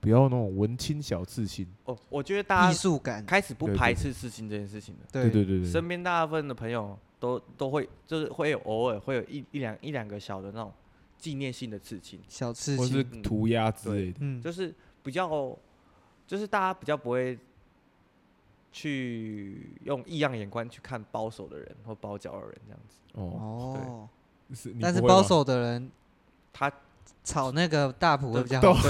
A: 比较那种文青小刺青。
B: 哦，我觉得
C: 嗯
B: 大
C: 艺
B: 家
C: 术感，
B: 开始不
A: 对对
B: 排
A: 对
B: 斥刺青这件事情了。
A: 对对
C: 对
A: 对对，
B: 身边大部分的朋友都都会，就是会有偶尔会有一一两一两个小的那种纪念性的刺青，
C: 小刺
A: 或是
C: 青，
B: 嗯
A: 涂鸦之类的。
C: 嗯，
B: 就是比较，就是大家比较不会去用异样眼光去看包手的人或包脚的人这样子。
A: 哦，
C: 哦，
A: 是你
C: 但是
A: 不会吗
C: 包手的人
B: 他
C: 炒那个大谱会比较
A: 都
C: 好，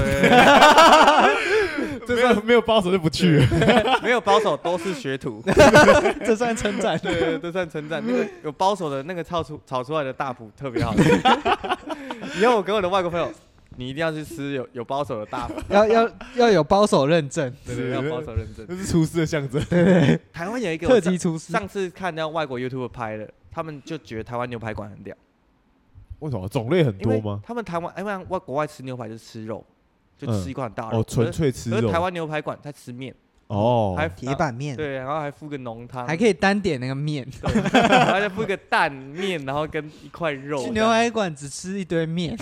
B: 对，
A: 没有没有包手就不去了。
B: 没有包手都是学徒，
C: 这算称赞。
B: 对，这算称赞。那个有包手的那个炒出炒出来的大谱特别 好吃。以后我跟我的外国朋友，你一定要去吃有有包手的大谱，
C: 要要要有包手 认证，
B: 对对，
A: 是
B: 要包手认证。
A: 这 是厨师的象征。
B: 台湾有一个
C: 特
B: 我上
C: 级厨师。
B: 上次看到外国 YouTube 拍的，他们就觉得台湾牛排馆很屌，
A: 为什么种类很
B: 因
A: 多
B: 为
A: 吗？
B: 他们台湾，因为外国外吃牛排就是吃肉，就吃一块很大的肉，
A: 哦，纯粹吃
B: 可是可
A: 肉
B: 是台。湾牛排馆在吃面，
A: 哦，
B: 还
C: 铁板面，
B: 对，然后还附个浓汤，
C: 还可以单点那个面。
B: 对， 然后再附个蛋面，然后跟一块肉。
C: 去牛排馆只吃一 堆面，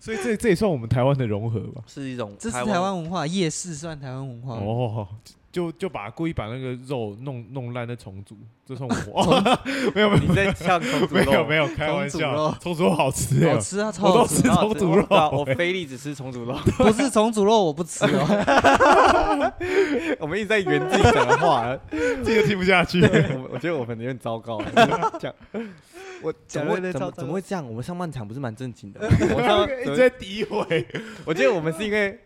A: 所以这这也算我们台湾的融合吧？
B: 是一种
C: 这是
B: 台
C: 台湾文化，夜市算台湾文化。
A: 哦，就就把故意把那个肉弄弄烂再重组，这算我没有没
B: 你在呛重组
A: 有没有
B: 肉？
A: 没有开玩
C: 重组
A: 笑
C: 肉，
A: 重组肉好吃
C: 好
A: 哦，
C: 吃啊，超
A: 我
C: 好
A: 都
C: 吃
A: 吃
B: 然后
A: 重
B: 我
A: 组肉
B: 知道我
A: 欸，
B: 非力只吃重组 肉。
C: 不是重组肉我不吃哦，
B: 我们一直在圆自己讲的话，
A: 这个听不下去。
B: 我们我觉得我们有点糟糕。讲我怎
C: 讲
B: 么
C: 得
B: 会
C: 有点
B: 怎
C: 糟
B: 么
C: 糕
B: 怎么会这样？我们上半场不是蛮正 经的吗？我们上
A: 一直在诋毁，
B: 我觉得我们是因为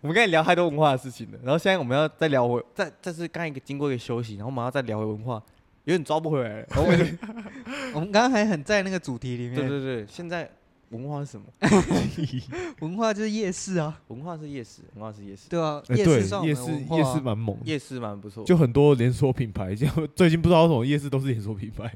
B: 我们刚才聊太多文化的事情了，然后现在我们要再聊回，再再是刚才一个经过一个休息，然后我们要再聊回文化，有点抓不回来 了。然后我就
C: 我们刚刚还很在那个主题里
B: 对
C: 面，
B: 对对， 现在文化是什么？
C: 文化就是夜市啊，
B: 文化是夜市，文化是夜市，
C: 对啊，
A: 哎
C: 夜
A: 对
C: 市算我
A: 夜
C: 们
A: 市
C: 的文化
A: 夜市
C: 啊
A: 蛮猛的，
B: 夜市蛮不错。
A: 就很多连锁品牌，像 最近不知道为什么夜市都是连锁品牌，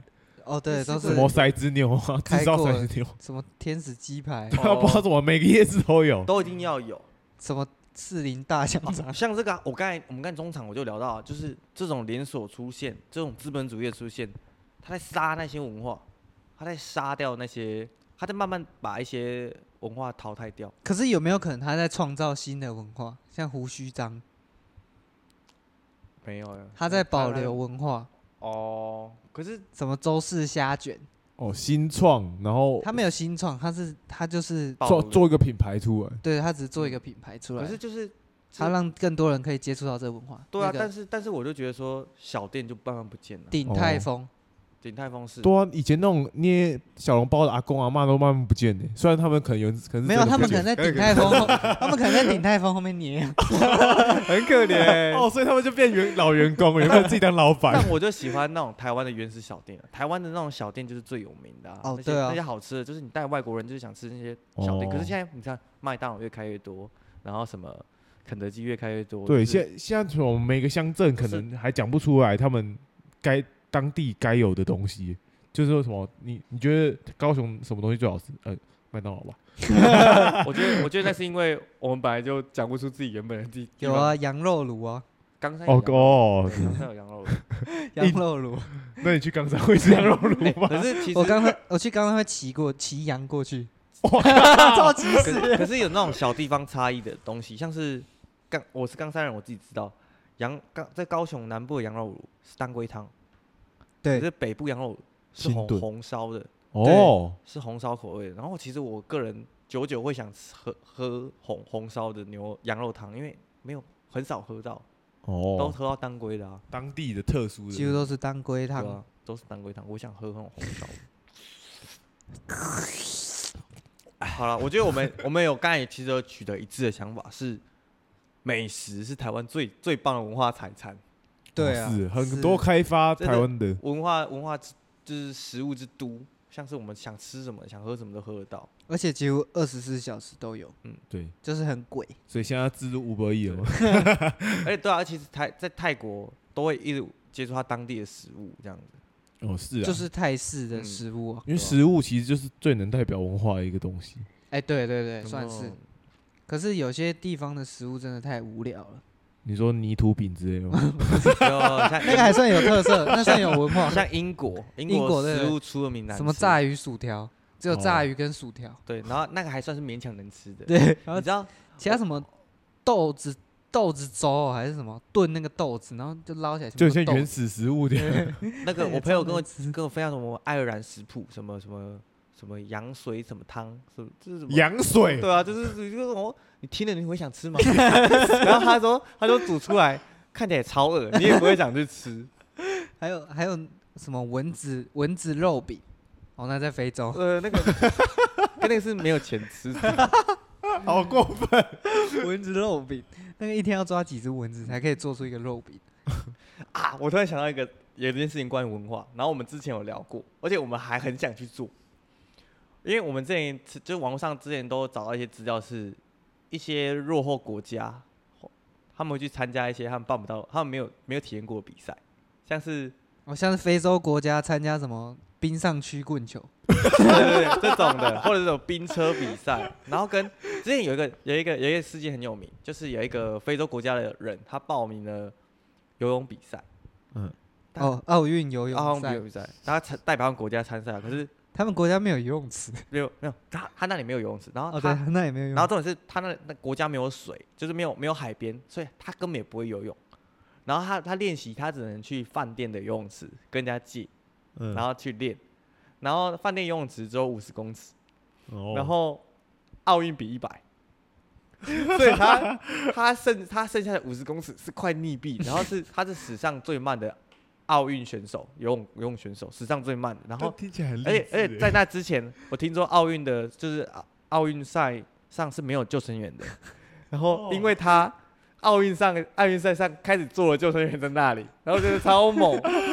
C: 哦，对，都
A: 什
C: 是
A: 么塞之牛啊，
C: 开
A: 至少
C: 过
A: 塞
C: 了
A: 之牛，
C: 什么天使鸡排，
A: 对啊，不知道怎么每个夜市都有。
B: 都一定要 有，
C: 什么士林大香肠，
B: 像这个啊、我刚才我们刚才中场我就聊到啊，就是这种连锁出现，这种资本主义的出现，他在杀那些文化，他在杀掉那些，他在慢慢把一些文化淘汰掉。
C: 可是有没有可能他在创造新的文化，像胡须章，
B: 没有了，
C: 他在保留文化，
B: 哦。可是
C: 什么周氏虾卷，
A: 哦，新创，然后
C: 他没有新创，他是他就是
B: 保
A: 做
B: 留
A: 做一个品牌出来，
C: 对他只是做一个品牌出来
B: 可，是就是
C: 他让更多人可以接触到这个文化。
B: 对啊，
C: 那个
B: 但是但是我就觉得说小店就慢慢不见了，
C: 鼎
A: 哦
C: 泰丰，
B: 鼎泰丰是
A: 对啊，以前那种捏小笼包的阿公阿妈都慢慢不见呢、虽然他们可能有，可能是
C: 没有，
A: 真的
C: 他
A: 不
C: 们可
A: 见
C: 能在鼎泰丰后，他们可能在鼎泰丰后面捏。
B: 很可
A: 哦，
B: 怜。
A: 所以他们就变员老员工，原本自己当老板
B: 但。我就喜欢那种台湾的原始小店啊，台湾的那种小店就是最有名的、啊。
C: 哦
B: 那些
C: 对啊哦
B: 那些好吃的，就是你带外国人就是想吃那些小店。可是现在你看麦当劳越开越多，然后什么肯德基越开越多。
A: 对，
B: 就是
A: 现现在从每个乡镇可能还讲不出来他们该当地该有的东西，就是说什么你你觉得高雄什么东西最好吃？呃，麦当劳吧。
B: 我觉得我觉得那是因为我们本来就讲不出自己原本的地。
C: 有啊，，羊肉炉啊，
B: 冈山有
A: 哦
B: 羊肉
A: 哦
B: 对，冈山有羊 肉。
C: 羊肉炉。
A: 那你去冈山会吃羊肉炉 吗？
B: 可是其实
C: 我刚刚我去刚刚会骑过骑羊过去，
A: 哇
C: 超级
B: 可是可是有那种小地方差异的东西，像是冈，我是冈山人，我自己知道，羊冈在高雄南部的羊肉炉是当归汤，可
C: 对
B: 是北部羊肉炉是
A: 清
B: 红
A: 炖
B: 红烧的，
A: 哦，
B: 是红烧口味的。然后其实我个人久久会想吃喝喝红红烧的牛羊肉汤，因为没有很少喝到，都
A: 哦，
B: 喝到当归的啊，
A: 当地的特殊
C: 几乎
A: 的，
C: 都是当归
B: 对
C: 汤。
B: 啊，都是当归汤，我想喝那种红烧的。 好了，我觉得我们 我们有刚才其实有取得一致的想法是，美食是台湾最最棒的文化财产，
C: 对啊，
A: 是很多开发
B: 真的
A: 台湾的，
B: 文化文化之就是食物之都，像是我们想吃什么想喝什么都喝得到。
C: 而且几乎二十四小时都有，
A: 对，
C: 就是很鬼。
A: 所以现在自入五百亿了嘛。
B: 而且对啊，其实泰在泰国都会一直接触他当地的食物这样子。
A: 哦，是啊，
C: 就是泰式的
B: 嗯
C: 食物、啊。
A: 因为食物其实就是最能代表文化的一个东西。
C: 哎、对对对，
B: 然
C: 算
B: 后
C: 是。可是有些地方的食物真的太无聊了，
A: 你说泥土饼之类的吗？
B: 有 像
C: 那个还算有特 色，那算有文化。
B: 像英国，英
C: 英
B: 国
C: 国对
B: 食物出了名难吃，
C: 什么炸鱼薯条，只有
A: 哦
C: 炸鱼跟薯条，
B: 对，然后那个还算是勉强能吃的。
C: 对，然
B: 你
C: 后
B: 知道
C: 其他什么豆子豆子粥哦还是什么炖那个豆子，然后就捞起来全部
A: 就
C: 都
A: 像
C: 豆
A: 原
C: 子
A: 始食物的，
B: 那个
C: 对
B: 我朋友跟我
C: 超难吃
B: 跟我分享什么爱尔兰食谱，什么什么什么羊水什么汤，什么这是什么？
A: 羊水
B: 对啊，就是就是我你听了你会想吃吗？然后他说他说煮出来看起来也超恶，你也不会想去吃。
C: 还有还有什么蚊子蚊子肉饼，哦，那在非洲，
B: 呃，那个 跟那个是没有钱吃的。
A: 好过分。
C: 蚊子肉饼，那个一天要抓几只蚊子才可以做出一个肉饼？
B: 啊，我突然想到一个有一件事情关于文化，然后我们之前有聊过，而且我们还很想去做，因为我们之前吃就是网络上之前都找到一些资料，是一些落后国家，他们会去参加一些他们办不到、他们没有没有体验过的比赛，像是
C: 哦，像是非洲国家参加什么冰上曲棍球，
B: 对对对这种的，或者这种冰车比赛，然后跟之前有一个有一个有一个事件很有名，就是有一个非洲国家的人，他报名了游泳比赛，
A: 嗯，
C: 哦，奥运游
B: 奥
C: 泳
B: 运
C: 赛，
B: 比赛，他参代表他们国家参赛，可是
C: 他们国家没有游泳池，
B: 没有没有，他他那里没有游泳池，然后
C: 哦，
B: 他、
C: 对， 那也没有游
B: 然后
C: 泳池，
B: 重点是他那那国家没有水，就是没有没有海边，所以他根本也不会游泳。然后他他练习，他只能去饭店的游泳池跟人家借，
A: 嗯
B: 然后去练。然后饭店游泳池只有五十公尺，
A: 哦
B: 然后奥运比一 百，所以他他剩他剩下的五十公尺是快溺毙，然后是他是史上最慢的奥运选手，游泳游泳选手史上最慢的。然后
A: 这听起来很励
B: 而且而
A: 志
B: 且
A: 欸
B: 在那之前，我听说奥运的就是奥奥运赛上是没有救生员的，然
A: 哦
B: 后因为他奥运上奥运赛上开始做了救生员在那里，然后就是超猛，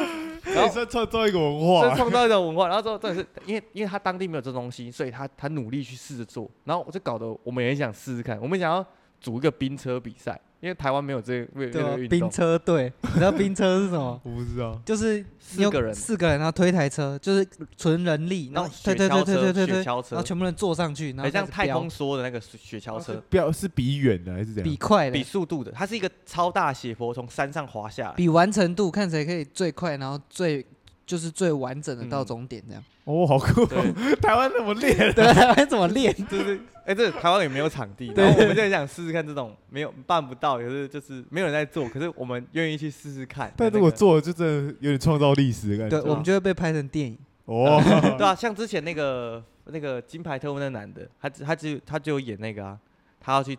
A: 也
B: 然后
A: 算哎创造一个文
B: 就
A: 化，？
B: 创造一种文化。然后之后真的是因为因为他当地没有这东西，所以他他努力去试着做，然后我就搞得我们也很想试试看，我们想要组一个冰车比赛，因为台湾没有这个没有这
C: 对啊
B: 个运，动
C: 冰，车队，你知道冰车是什么
A: 我不知道。
C: 就是
B: 四
C: 你有
B: 个人
C: 四个人，然后推一台车，就是纯人力，
B: 那种
C: 然后
B: 雪
C: 推推推
B: 橇
C: 推
B: 车
C: 推
B: 雪
C: 推推，然
B: 橇车
C: 后，全部人坐上去，然后
B: 很像
C: 开始
B: 太
C: 飙
B: 空梭的那个雪橇车。
A: 标是比远的还是怎
C: 比
A: 样？
C: 快的
B: 比，速度的，它是一个超大斜坡，从山上滑下来。
C: 比完成度，看谁可以最快，然后最就是最完整的到
B: 嗯
C: 终点 这样。
A: 哦，好酷
B: 对！
A: 台湾怎么练？
C: 对， 台湾怎么 练？
B: 就是，哎、这台湾也没有场地，然后我们就很想试试看这种没有办不到，可是就是没有人在做，可是我们愿意去试试看。
A: 但如果，做了，就真的有点创造历史的感
C: 对，
A: 觉。
C: 我们就会被拍成电影。
A: 哦，
B: 对啊，像之前那个那个金牌特务那男的，他只他只他只有演那个啊，他要去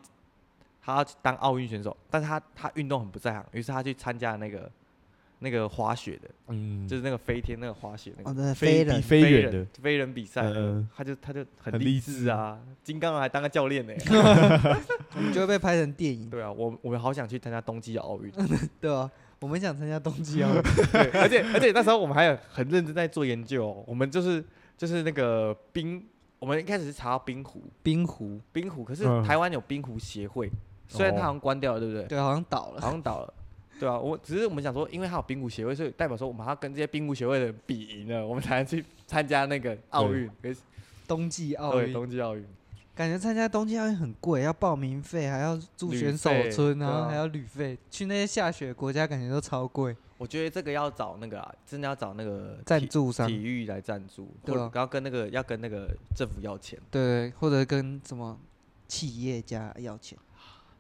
B: 他要去当奥运选手，但是他他运动很不在行，于是他去参加那个那个滑雪的，
A: 嗯，
B: 就是那个飞天那个滑雪那个
C: 哦，真的
A: 飞
C: 飞
A: 比
C: 人，
A: 飞远的
B: 人，飞人比赛那个，
A: 嗯
B: 他就他就很
A: 很
B: 励
A: 励
B: 志
A: 志
B: 啊，金刚还当个教 练呢、
C: 我们就会被拍成电影。
B: 对啊，我我们好想去参加冬季奥运，
C: 对啊，我们想参加冬季 奥运，
B: 对，而且而且那时候我们还有很认真在做研究、哦，我们就是就是那个冰，我们一开始是查到冰壶，
C: 冰壶，
B: 冰壶，可是
A: 嗯
B: 台湾有冰壶协会，虽然它
A: 哦
B: 好像关掉了，对不对？
C: 对，好像倒了。
B: 好像倒了。对啊，我只是我们想说，因为它有冰壶协会，所以代表说我们还要跟这些冰壶协会的人比赢了，我们才能去参加那个奥运，可是
C: 冬季奥
B: 对
C: 运，
B: 冬季奥运。
C: 感觉参加冬季奥运很贵，要报名费，还要住
B: 旅
C: 选手
B: 费
C: 村，然
B: 对啊
C: 后还要旅费，去那些下雪国家感觉都超贵。
B: 我觉得这个要找那个、啊，真的要找那个
C: 赞
B: 体
C: 助商，
B: 体
C: 对
B: 育来赞助，或
C: 对啊
B: 然后跟那个要跟那个政府要钱。
C: 对，或者跟什么企业家要钱。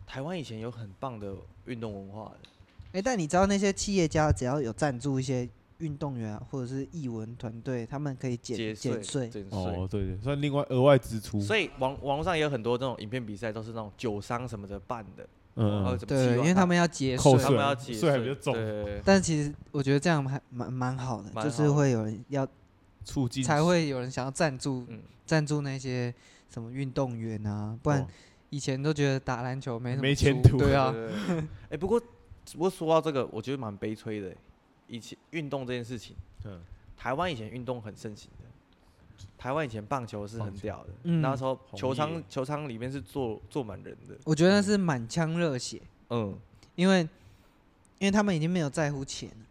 B: 台湾以前有很棒的运动文化的，
C: 哎、但你知道那些企业家只要有赞助一些运动员、啊、或者是艺文团队，他们可以
B: 节
C: 减减
B: 税
C: 税。
B: 减税。
A: 哦，对对，算另外额外支出。
B: 所以网网络上也有很多这种影片比赛，都是那种酒商什么的办的，然后
A: 嗯，
B: 什么
C: 对，
B: 计划
C: 因为他们要节
A: 扣
B: 他
A: 税
B: 们
C: 税。
B: 要解
A: 税还比较重
B: 对，
C: 但其实我觉得这样还蛮蛮好的，
B: 蛮
C: 就
B: 好
C: 是
B: 的
C: 会有人要，
A: 促进
C: 才会有人想要赞助
B: 嗯
C: 赞、助那些什么运动员啊，不然
A: 哦
C: 以前都觉得打篮球没什么
A: 没前
C: 出
A: 途
C: 对啊，
B: 对。对对哎、不过不过说到这个，我觉得蛮悲催的。以前运动这件事情，
A: 嗯
B: 台湾以前运动很盛行的，台湾以前棒球是很
A: 棒球
B: 屌的，
C: 嗯
B: 那时候
A: 红
B: 球场
A: 叶
B: 球场里面是坐坐满人的，
C: 我觉得那是满腔热血，
B: 嗯，
C: 因为因为他们已经没有在乎钱了，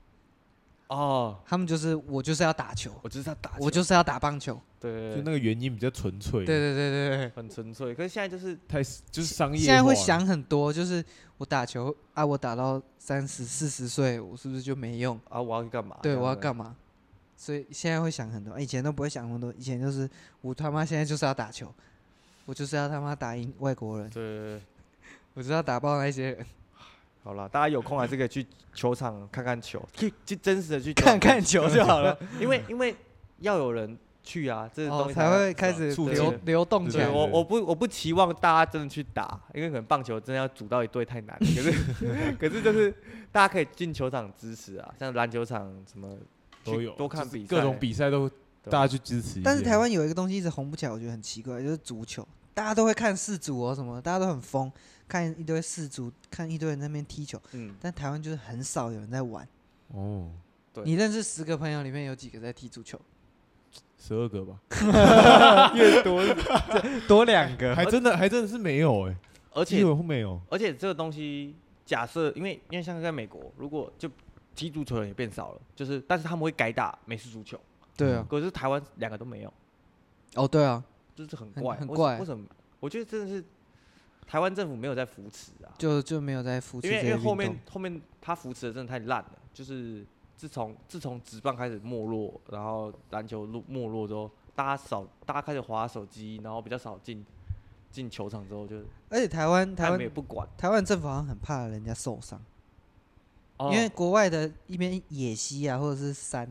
B: 哦，
C: 他们就是我就是要打球，
B: 我就是要打球，
C: 我就是要打棒球，
B: 对对
A: 就
B: 对
A: 那个原因比较纯粹，
C: 对，对对对对。
B: 很纯粹。可是现在就是
A: 太就是商业化了。
C: 现在会想很多，就是我打球啊，我打到三十四十岁，我是不是就没用？
B: 啊，我要去干嘛？
C: 对，我要
B: 嘛？
C: 干嘛？所以现在会想很多，以前都不会想那么多，以前就是我他妈现在就是要打球，我就是要他妈打赢外国人，
B: 对对对，
C: 我就是要打爆那些人，
B: 好了，大家有空还是可以去球场看看球，去去真实的 去
C: 看看球就好了，
B: 因为因为要有人去啊，这东
C: 哦，
B: 西
C: 才会开
B: 是吧
C: 始
A: 促
C: 流
B: 进
C: 流动起
B: 对
C: 来
A: 对。
B: 我我不我不期望大家真的去打，因为可能棒球真的要组到一队太难了。可 是可是就是大家可以进球场支持啊，像篮球场什么
A: 都
B: 去
A: 有
B: 多看
A: 就是
B: 比赛，
A: 各种比赛都
B: 对
A: 大家去支持一下。
C: 但是台湾有一个东西一直红不起来，我觉得很奇怪，就是足球，大家都会看世足哦什么，大家都很疯，看一堆世足，看一堆人在那边踢球，
B: 嗯，
C: 但台湾就是很少有人在玩。
A: 哦，
B: 对
C: 你认识十个朋友里面有几个在踢足球？
A: 十二个吧，
B: 越多，
C: 多两个
A: 还真的还真的是没有哎，
B: 而且
A: 基本会没有。
B: 而且这个东西，假设因为因为像在美国，如果就踢足球的人也变少了，就是但是他们会改打美式足球，
C: 对啊，
B: 可是台湾两个都没有，
C: 哦对啊，
B: 就是很
C: 很
B: 怪，
C: 很
B: 为什
C: 怪
B: 为什么？我觉得真的是台湾政府没有在扶持啊，
C: 就就没有在扶持
B: 因为
C: 这
B: 因
C: 个
B: 为
C: 运
B: 后
C: 动。
B: 面后面他扶持的真的太烂了，就是自从自从职棒开始没落，然后篮球落没落之后，大家少大家开始划手机，然后比较少进进球场之后就，
C: 而且台湾台
B: 他们
C: 湾
B: 也不管，
C: 台湾政府好像很怕人家受伤，
B: 哦
C: 因为国外的一边野溪啊，或者是山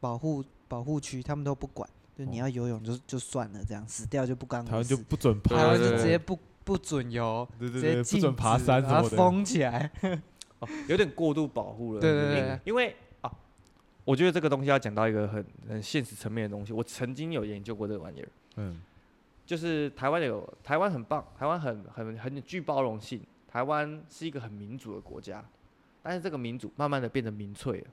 C: 保护保护区，他们都不管，就你
A: 哦
C: 要游泳就就算了，这样死掉就不干
A: 台
C: 我
A: 湾
C: 事
A: 就。不准爬，
C: 台湾
B: 对
C: 就
B: 对
C: 直
B: 对
C: 接不不准游，
A: 对对
C: 直
A: 对
C: 接
A: 不
C: 禁
A: 准爬
C: 止
A: 山什
C: 把它
A: 么的
C: 封起来。
B: 哦，有点过度保护了。
C: 对
B: 因
C: 对
B: 为
C: 对
B: 因为啊，我觉得这个东西要讲到一个很很现实层面的东西。我曾经有研究过这个玩意儿，
A: 嗯，
B: 就是台湾有台湾很棒，台湾很很很具包容性，台湾是一个很民主的国家，但是这个民主慢慢的变成民粹了。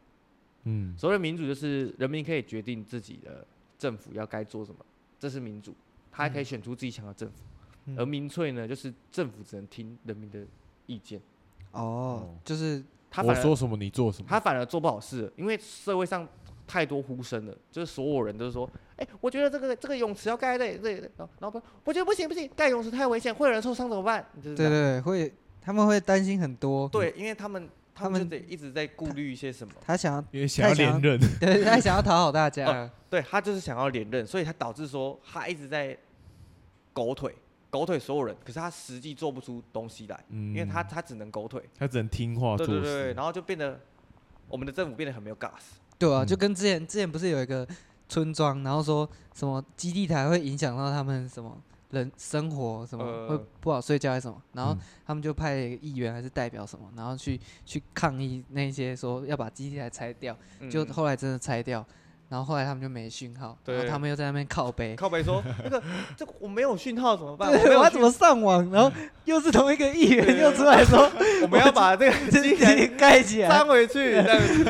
A: 嗯，
B: 所谓的民主就是人民可以决定自己的政府要该做什么，这是民主，他还可以选出自己想要的政府。
C: 嗯
B: 而民粹呢，就是政府只能听人民的意见，
C: 哦
A: 哦，
C: 就是
B: 他
A: 我
B: 反而
A: 说什么你做什么，
B: 他反而做不好事了，因为社会上太多呼声了，就是所有人都是说，哎、我觉得这个这个泳池要盖在这里，然后然后不，我觉得不行不行，盖泳池太危险，会有人受伤怎么办？就是这
C: 对对
B: 样、
C: 对，会他们会担心很多。，
B: 对，因为他们
C: 他
B: 他们就
C: 们
B: 得一直在顾虑一些什么，
C: 他想要，
A: 因为想要
C: 太想要
A: 连任，
C: 对，他想要讨好大家了。
B: 对他就是想要连任，所以他导致说他一直在狗腿狗腿所有人，可是他实际做不出东西来，
A: 嗯，
B: 因为他他只能狗腿，
A: 他只能听
C: 哦
A: 话
B: 对
A: 做
B: 对对，
A: 事，
B: 然后就变得我们的政府变得很没有 gas，
C: 对啊，
A: 嗯
C: 就跟之前之前不是有一个村庄，然后说什么基地台会影响到他们什么人生活，什么、会
B: 呃
C: 不好睡觉还是什么，然后
A: 嗯
C: 他们就派议员还是代表什么，然后去去抗议那些说要把基地台拆掉，
B: 嗯
C: 就后来真的拆掉，然后后来他们就没讯号，然后
B: 对
C: 他们又在那边靠 背。
B: 靠北说那个这个我没有讯号怎么办？我没
C: 对，
B: 有
C: 我要
B: 讯
C: 怎么上 网？然后又是同一个议员
B: 对
C: 又出来 说
B: 我们要把这个
C: 这
B: 机台
C: 个盖起来，
B: 粘回去，这样 子。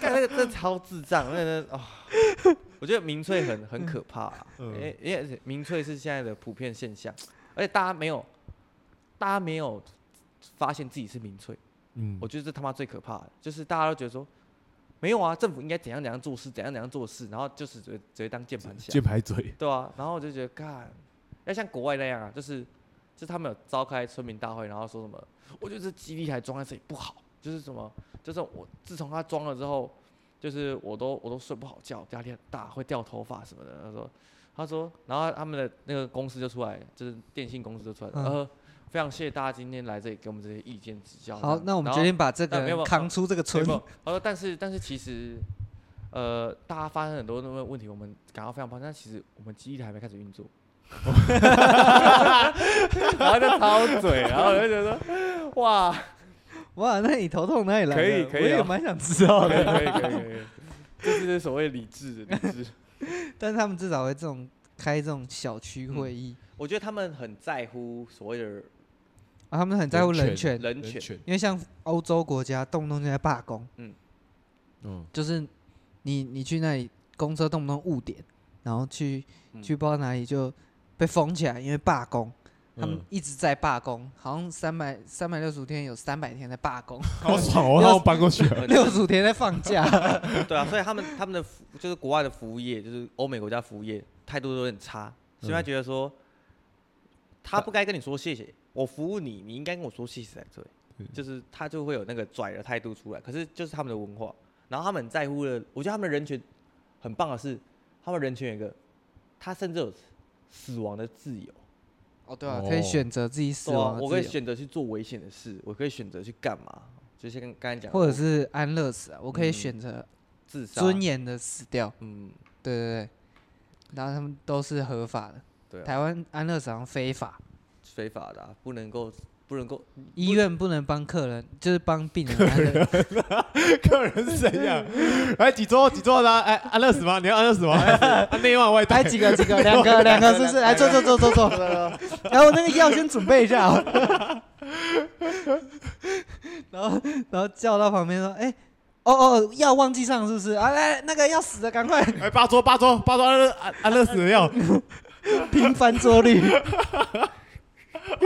B: 看那个真的超智障，那个哦，我觉得民粹很很可怕、啊，
A: 嗯
B: 因为因为民粹是现在的普遍现象，而且大家没有，大家没有发现自己是民粹，
A: 嗯
B: 我，觉得这他妈最可怕的，就是大家都觉得说。没有啊，政府应该怎样怎样做事，怎样怎样做事，然后就是只会只会当键盘侠。
A: 键盘嘴，
B: 对啊，然后我就觉得，干，要像国外那样啊，就是，就是他们有召开村民大会，然后说什么，我觉得这基地台装在这里不好，就是什么，就是我自从他装了之后，就是我都我都睡不好觉，压力很大，会掉头发什么的。他说，他说，然后他们的那个公司就出来，就是电信公司就出来，
C: 嗯
B: 呃，非常谢谢大家今天来这里给我们这些意见指教。
C: 好，那我们决
B: 定。
C: 定把这
B: 那呃没有
C: 个
B: 办法
C: 扛出这个
B: 对
C: 村
B: 不，。他说，但是但是其实，呃，大家发生很多那个问题，我们感到非常抱歉。但其实我们机台还没开始运作， 然后就掏嘴，然后我就觉得说，哇，
C: 哇，那你头痛哪里来的？
B: 可以可以
C: 我也
B: 哦
C: 蛮想知道
B: 可以
C: 的。
B: 可以可以可以，这就是所谓理智的理智。
C: 但是他们至少会这种开这种小区会议、
B: 我觉得他们很在乎所谓的
C: 啊，他们很在乎人
A: 人
C: 权，
B: 嗯人
A: 人
B: 权，
A: 权，
C: 因为像欧洲国家动不动就在罢工，
A: 嗯，
C: 就是你你去那里公车动不动误点，然后去、
B: 嗯
C: 去不知道哪里就被封起来，因为罢工。他们
A: 嗯
C: 一直在罢工，好像三百三百六十五天有三百天在罢 工，
A: 好爽哦，让我搬过去了，
B: 呃
C: 六十五天在放假。
B: 对啊，所以他们他们的服就是国外的服务业，就是欧美国家服务业态度都很差，所以
C: 嗯
B: 他觉得说，他
C: 啊
B: 不该跟你说谢谢，我服务你，你应该跟我说谢谢才对
A: 对，
C: 嗯
B: 就是他就会有那个拽的态度出来。可是就是他们的文化，然后他们很在乎的，我觉得他们的人权很棒的是，他们人权有一个，他甚至有死亡的自由。
C: 哦，对啊，可以
A: 哦
C: 选择自己死
B: 对啊
C: 亡，的
B: 我可以
C: 自由
B: 选择去做危险的事，我可以选择去干嘛，就像刚才讲的，
C: 或者是安乐死啊，我可以
B: 嗯
C: 选择
B: 自杀，
C: 尊严的死掉。
B: 嗯，
C: 对对对，然后他们都是合法的。
B: 对啊
C: 台湾安乐死好像非法，
B: 非法的啊、不能够不能够
C: 医院不能帮客人，就是帮病人 安乐死。
A: 客人是怎样？来几桌几桌的啊，哎，安乐死吗？你要安乐死 吗？安内外外带
C: 来哎几个几 个，两个两个，是不是？来坐坐坐坐坐。 然后那个药先准备一 下哦。然后然后叫到旁边说：“哎、哦哦，药忘记上是不是？啊来，那个要死的赶快
A: 哎，八桌八桌八桌安乐安安乐死的药，
C: 平翻桌率。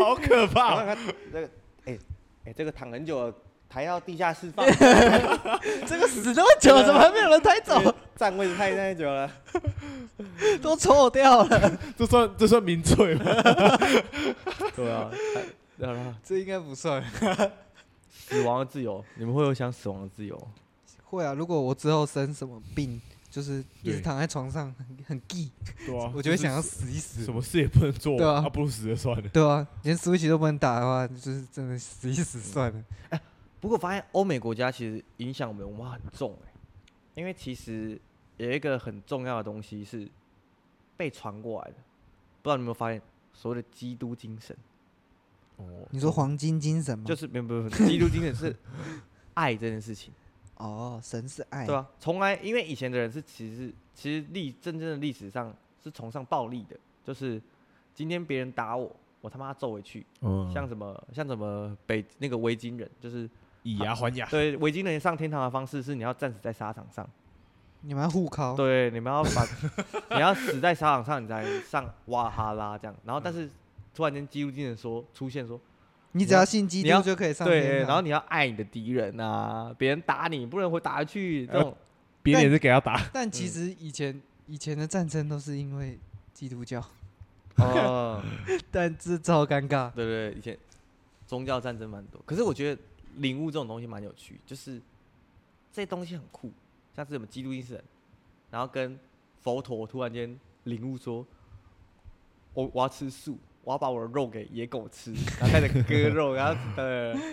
A: 好可怕！
B: 然后他那个，哎、哎、这个躺很久了，抬到地下室放，
C: 这个死那么久，怎么还没有人抬走？
B: 站位置太太久了。
C: 都臭掉了。
A: 这算这算民粹 吗？
B: 对啊，然后
C: 这应该不算。
B: 死亡的自由，你们会有想死亡的自由？
C: 会啊，如果我之后生什么病，就是一直
A: 对
C: 躺在床上很很 gay，
A: 对啊
B: 哦
C: 我就会想要
A: 是
C: 死一死。
A: 什么事也不能做，
C: 对啊
A: 啊，不如死了算了。
C: 对啊，连 Switch 都不能打的话，就是真的死一死算了。
B: 不过发现欧美国家其实影响我们文化很重哎、因为其实有一个很重要的东西是被传过来的，不知道你有没有发现所谓的基督精神，
A: 哦，
C: 你说黄金精神吗？
B: 就是是没有没有没有基督精神是爱这件事情。
C: 哦，神是爱，
B: 对啊，从来因为以前的人是其实是其实历真正的历史上是崇尚暴力的，就是今天别人打我，我他妈揍回去，
A: 嗯
B: 像什么像什么北那个维京人，就是
A: 以牙还
C: 啊
A: 牙，
B: 对维京人上天堂的方式是你要战死在沙场上，
C: 你们要互考，
B: 对，你们要把你要死在沙场上，你才上哇哈拉这样，然后但
C: 嗯
B: 是突然间基督精神说出现说，
C: 你只要信基
B: 你要
C: 督就可以上
B: 对，
C: 天
B: 然后
C: 堂。
B: 你要爱你的敌人啊，别人打你不能回打回去
C: 呃
B: 这 种，
A: 别人也是给他打，
C: 但
B: 嗯
C: 其实以前以前的战争都是因为基督教，
B: 哦。
C: 但这超尴尬。
B: 对对，对以前宗教战争蛮多，可是我觉得领悟这种东西蛮有趣，就是这些东西很酷，像是什么基督精神，然后跟佛陀突然间领悟说，我我要吃素，我要把我的肉给野狗吃，然后开始割肉，然后呃，然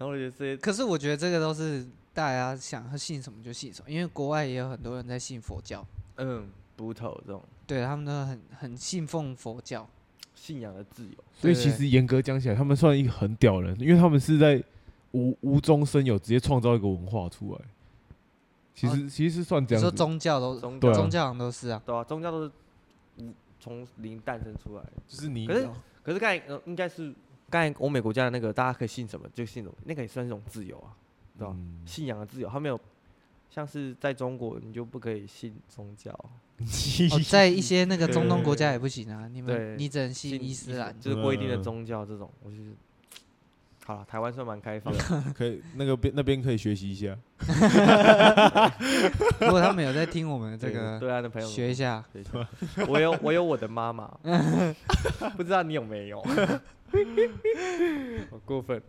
B: 后我觉得这些
C: 可是我觉得这个都是大家想要信什么就信什么，因为国外也有很多人在信佛教，
B: 嗯不头这种
C: 对他们都很很信奉佛教。
B: 信仰的自由，
A: 所以
C: 对
A: 其实严格讲起来，他们算一个很屌人，因为他们是在无无中生有，直接创造一个文化出来。其实、其实是算这
C: 啊
A: 样
C: 你说
A: 子，
C: 宗教都
B: 宗
A: 对啊
C: 宗教好像 都是啊，
B: 对啊，宗教都是无从零诞生出来的。
A: 就是你
B: 可是可是刚才、呃、应该是刚才欧美国家的那个，大家可以信什么就信什么，那个也算是一种自由啊，对
C: 哦
B: 吧、
A: 嗯
B: 信仰的自由，他没有像是在中国你就不可以信宗教，
C: 哦，在一些那个中东国家
B: 对
C: 也不行啊，你
B: 对
C: 们你只能信
B: 信
C: 伊斯 兰。
B: 就是规定的
A: 嗯
B: 宗教这种，我就是好了，台湾算蛮开放 的，
A: 可以那个边那边可以学习一下，
C: 如果他们有在听我们的这
B: 对
C: 个，
B: 对岸的朋友们
C: 学一。下。
B: 学一下我有我有我的妈妈，不知道你有没有？好过分。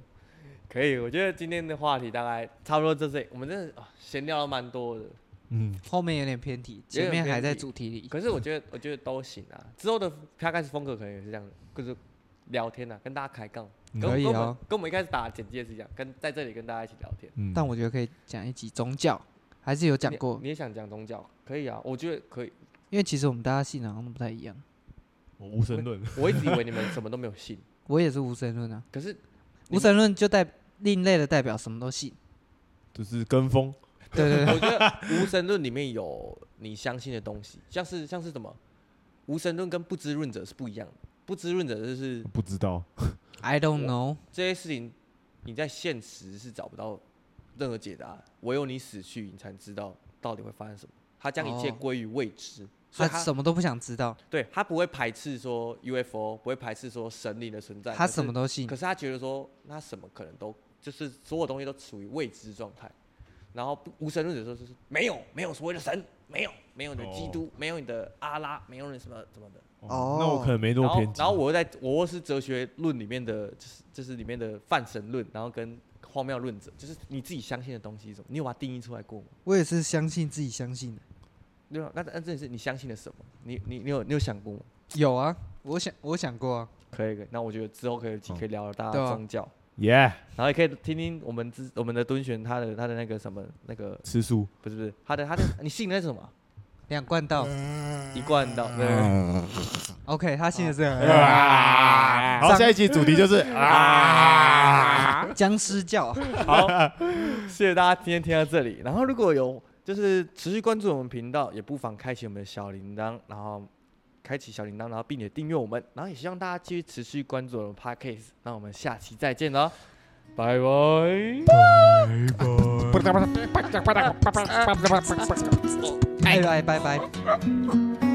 B: 可以，我觉得今天的话题大概差不多这些，我们真的啊闲聊了蛮多的。
A: 嗯，
C: 后面有点偏题，
B: 有
C: 前
B: 点
C: 面还
B: 偏
C: 在
B: 题
C: 主题里。
B: 可是我觉得，我觉得都行啊。 之后的他开始风格可能也是这样，就是聊天啊，跟大家开杠，跟
C: 可以
B: 跟我们
C: 哦
B: 跟我们一开始打简介是一样，跟在这里跟大家一起聊天。
A: 嗯
C: 但我觉得可以讲一集宗教，还是有讲
B: 你
C: 过，
B: 你也想讲宗教？可以啊，我觉得可以。
C: 因为其实我们大家信的好像都不太一样。
A: 我无神论，
B: 我一直以为你们什么都没有信，
C: 我也是无神论啊，
B: 可 是你
C: 无神论就代另类的代表什么 都信。
A: 就是跟风，
C: 对对对，
B: 我觉得无神论里面有你相信的东西，像是像是什么无神论跟不知论者是不一样的。不知论者就是
A: 不知道，
C: I don't know，
B: 这些事情你在现实是找不到任何解答的，唯有你死去，你才知道到底会发生什么。他将一切
C: 哦
B: 归于未知，所
C: 他
B: 以他
C: 什么都不想知道，
B: 对他不会排斥说 UFO，不会排斥说神灵的存在，
C: 他
B: 可是
C: 什么都信
B: 可。是他觉得说，那什么可能都就是所有东西都处于未知状态。然后不无神论者说就是没有没有所谓的神，没有没有你的基督，没有你的阿拉，没有你什么什么的。
C: 哦
A: 那我可能没那
B: 然
A: 么
B: 后
A: 偏激，
B: 然后我又在我又是哲学论里面的，就是就是里面的泛神论，然后跟荒谬论者，就是你自己相信的东西是什么，你有把它定义出来过吗？
C: 我也是相信自己相信的。
B: 对啊，那那真的是你相信了什么？你你你有你有想过吗？
C: 有啊，我想我想过啊，
B: 可以可以，那我觉得之后可以可以聊聊大
C: 对
B: 家
C: 啊
B: 宗教，
A: 耶，
B: 然后也可以听听我们之我们的敦玄他的他的那个什么那个
A: 吃素，
B: 不是不是，他的他的你信的那是什么？
C: 两贯道。
B: 一贯道，对对
C: OK，他信的是很
A: 啊，好，
C: 上
A: 下一集主题就是啊，
C: 僵尸教，
B: 对好， 谢谢大家今天听到这里。然后如果有就是持续关注我们频道，也不妨开启我们的小铃铛，然后开启小铃铛，然后并且订阅我们，然后也希望大家继续持续关注我们的 Podcast。那我们下期再见喽，拜拜。
C: 拜拜拜拜。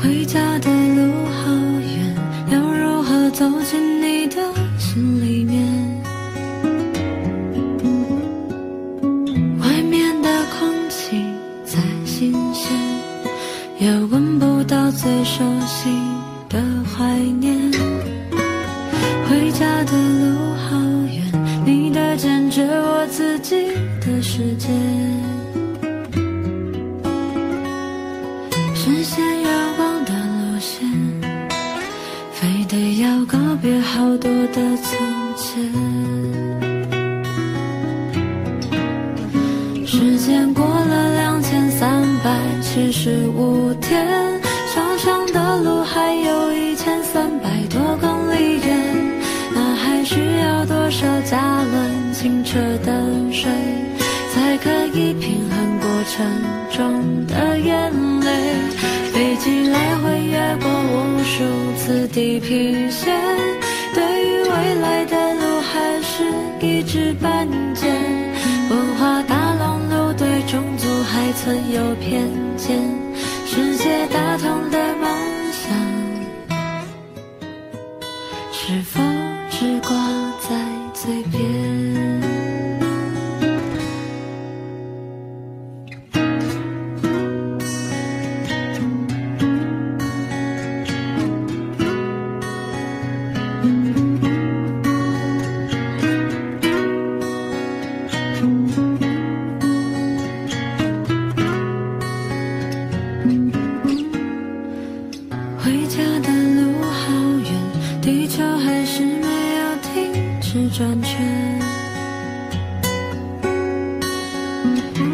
F: 回家的路好远，要如何走进你的心里面？外面的空气再新鲜，也闻不到最熟悉的怀念。回家的路好远，你的坚决我自己的世界。要告别好多的从前。时间过了两千三百七十五天，想象的路还有一千三百多公里远，那还需要多少加仑清澈的水，才可以平衡过程中的眼泪？飞机来回越过无数次地平线，对于未来的路还是一知半解。文化大浪流对种族还存有偏见，世界大同的梦想是否只挂在嘴边？回家的路好远，地球还是没有停止转圈。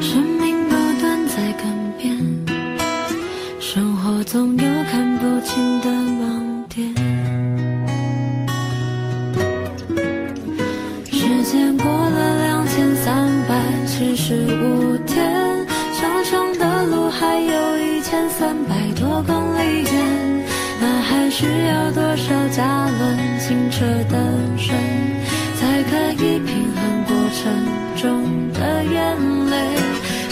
F: 生命不断在更变，生活总有看不清的盲点。时间过了两千三百七十五天，长长的路还有一千三百多公里远，那还需要多少加仑清澈的水，才可以平衡过程中的眼泪？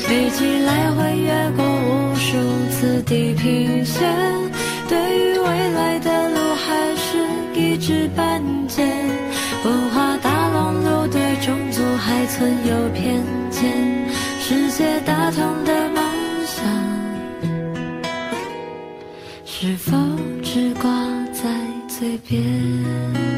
F: 飞机来回越过无数次地平线，对于未来的路还是一知半解。文化大浪流对种族还存有偏见，世界大同的梦想是否只挂在嘴边？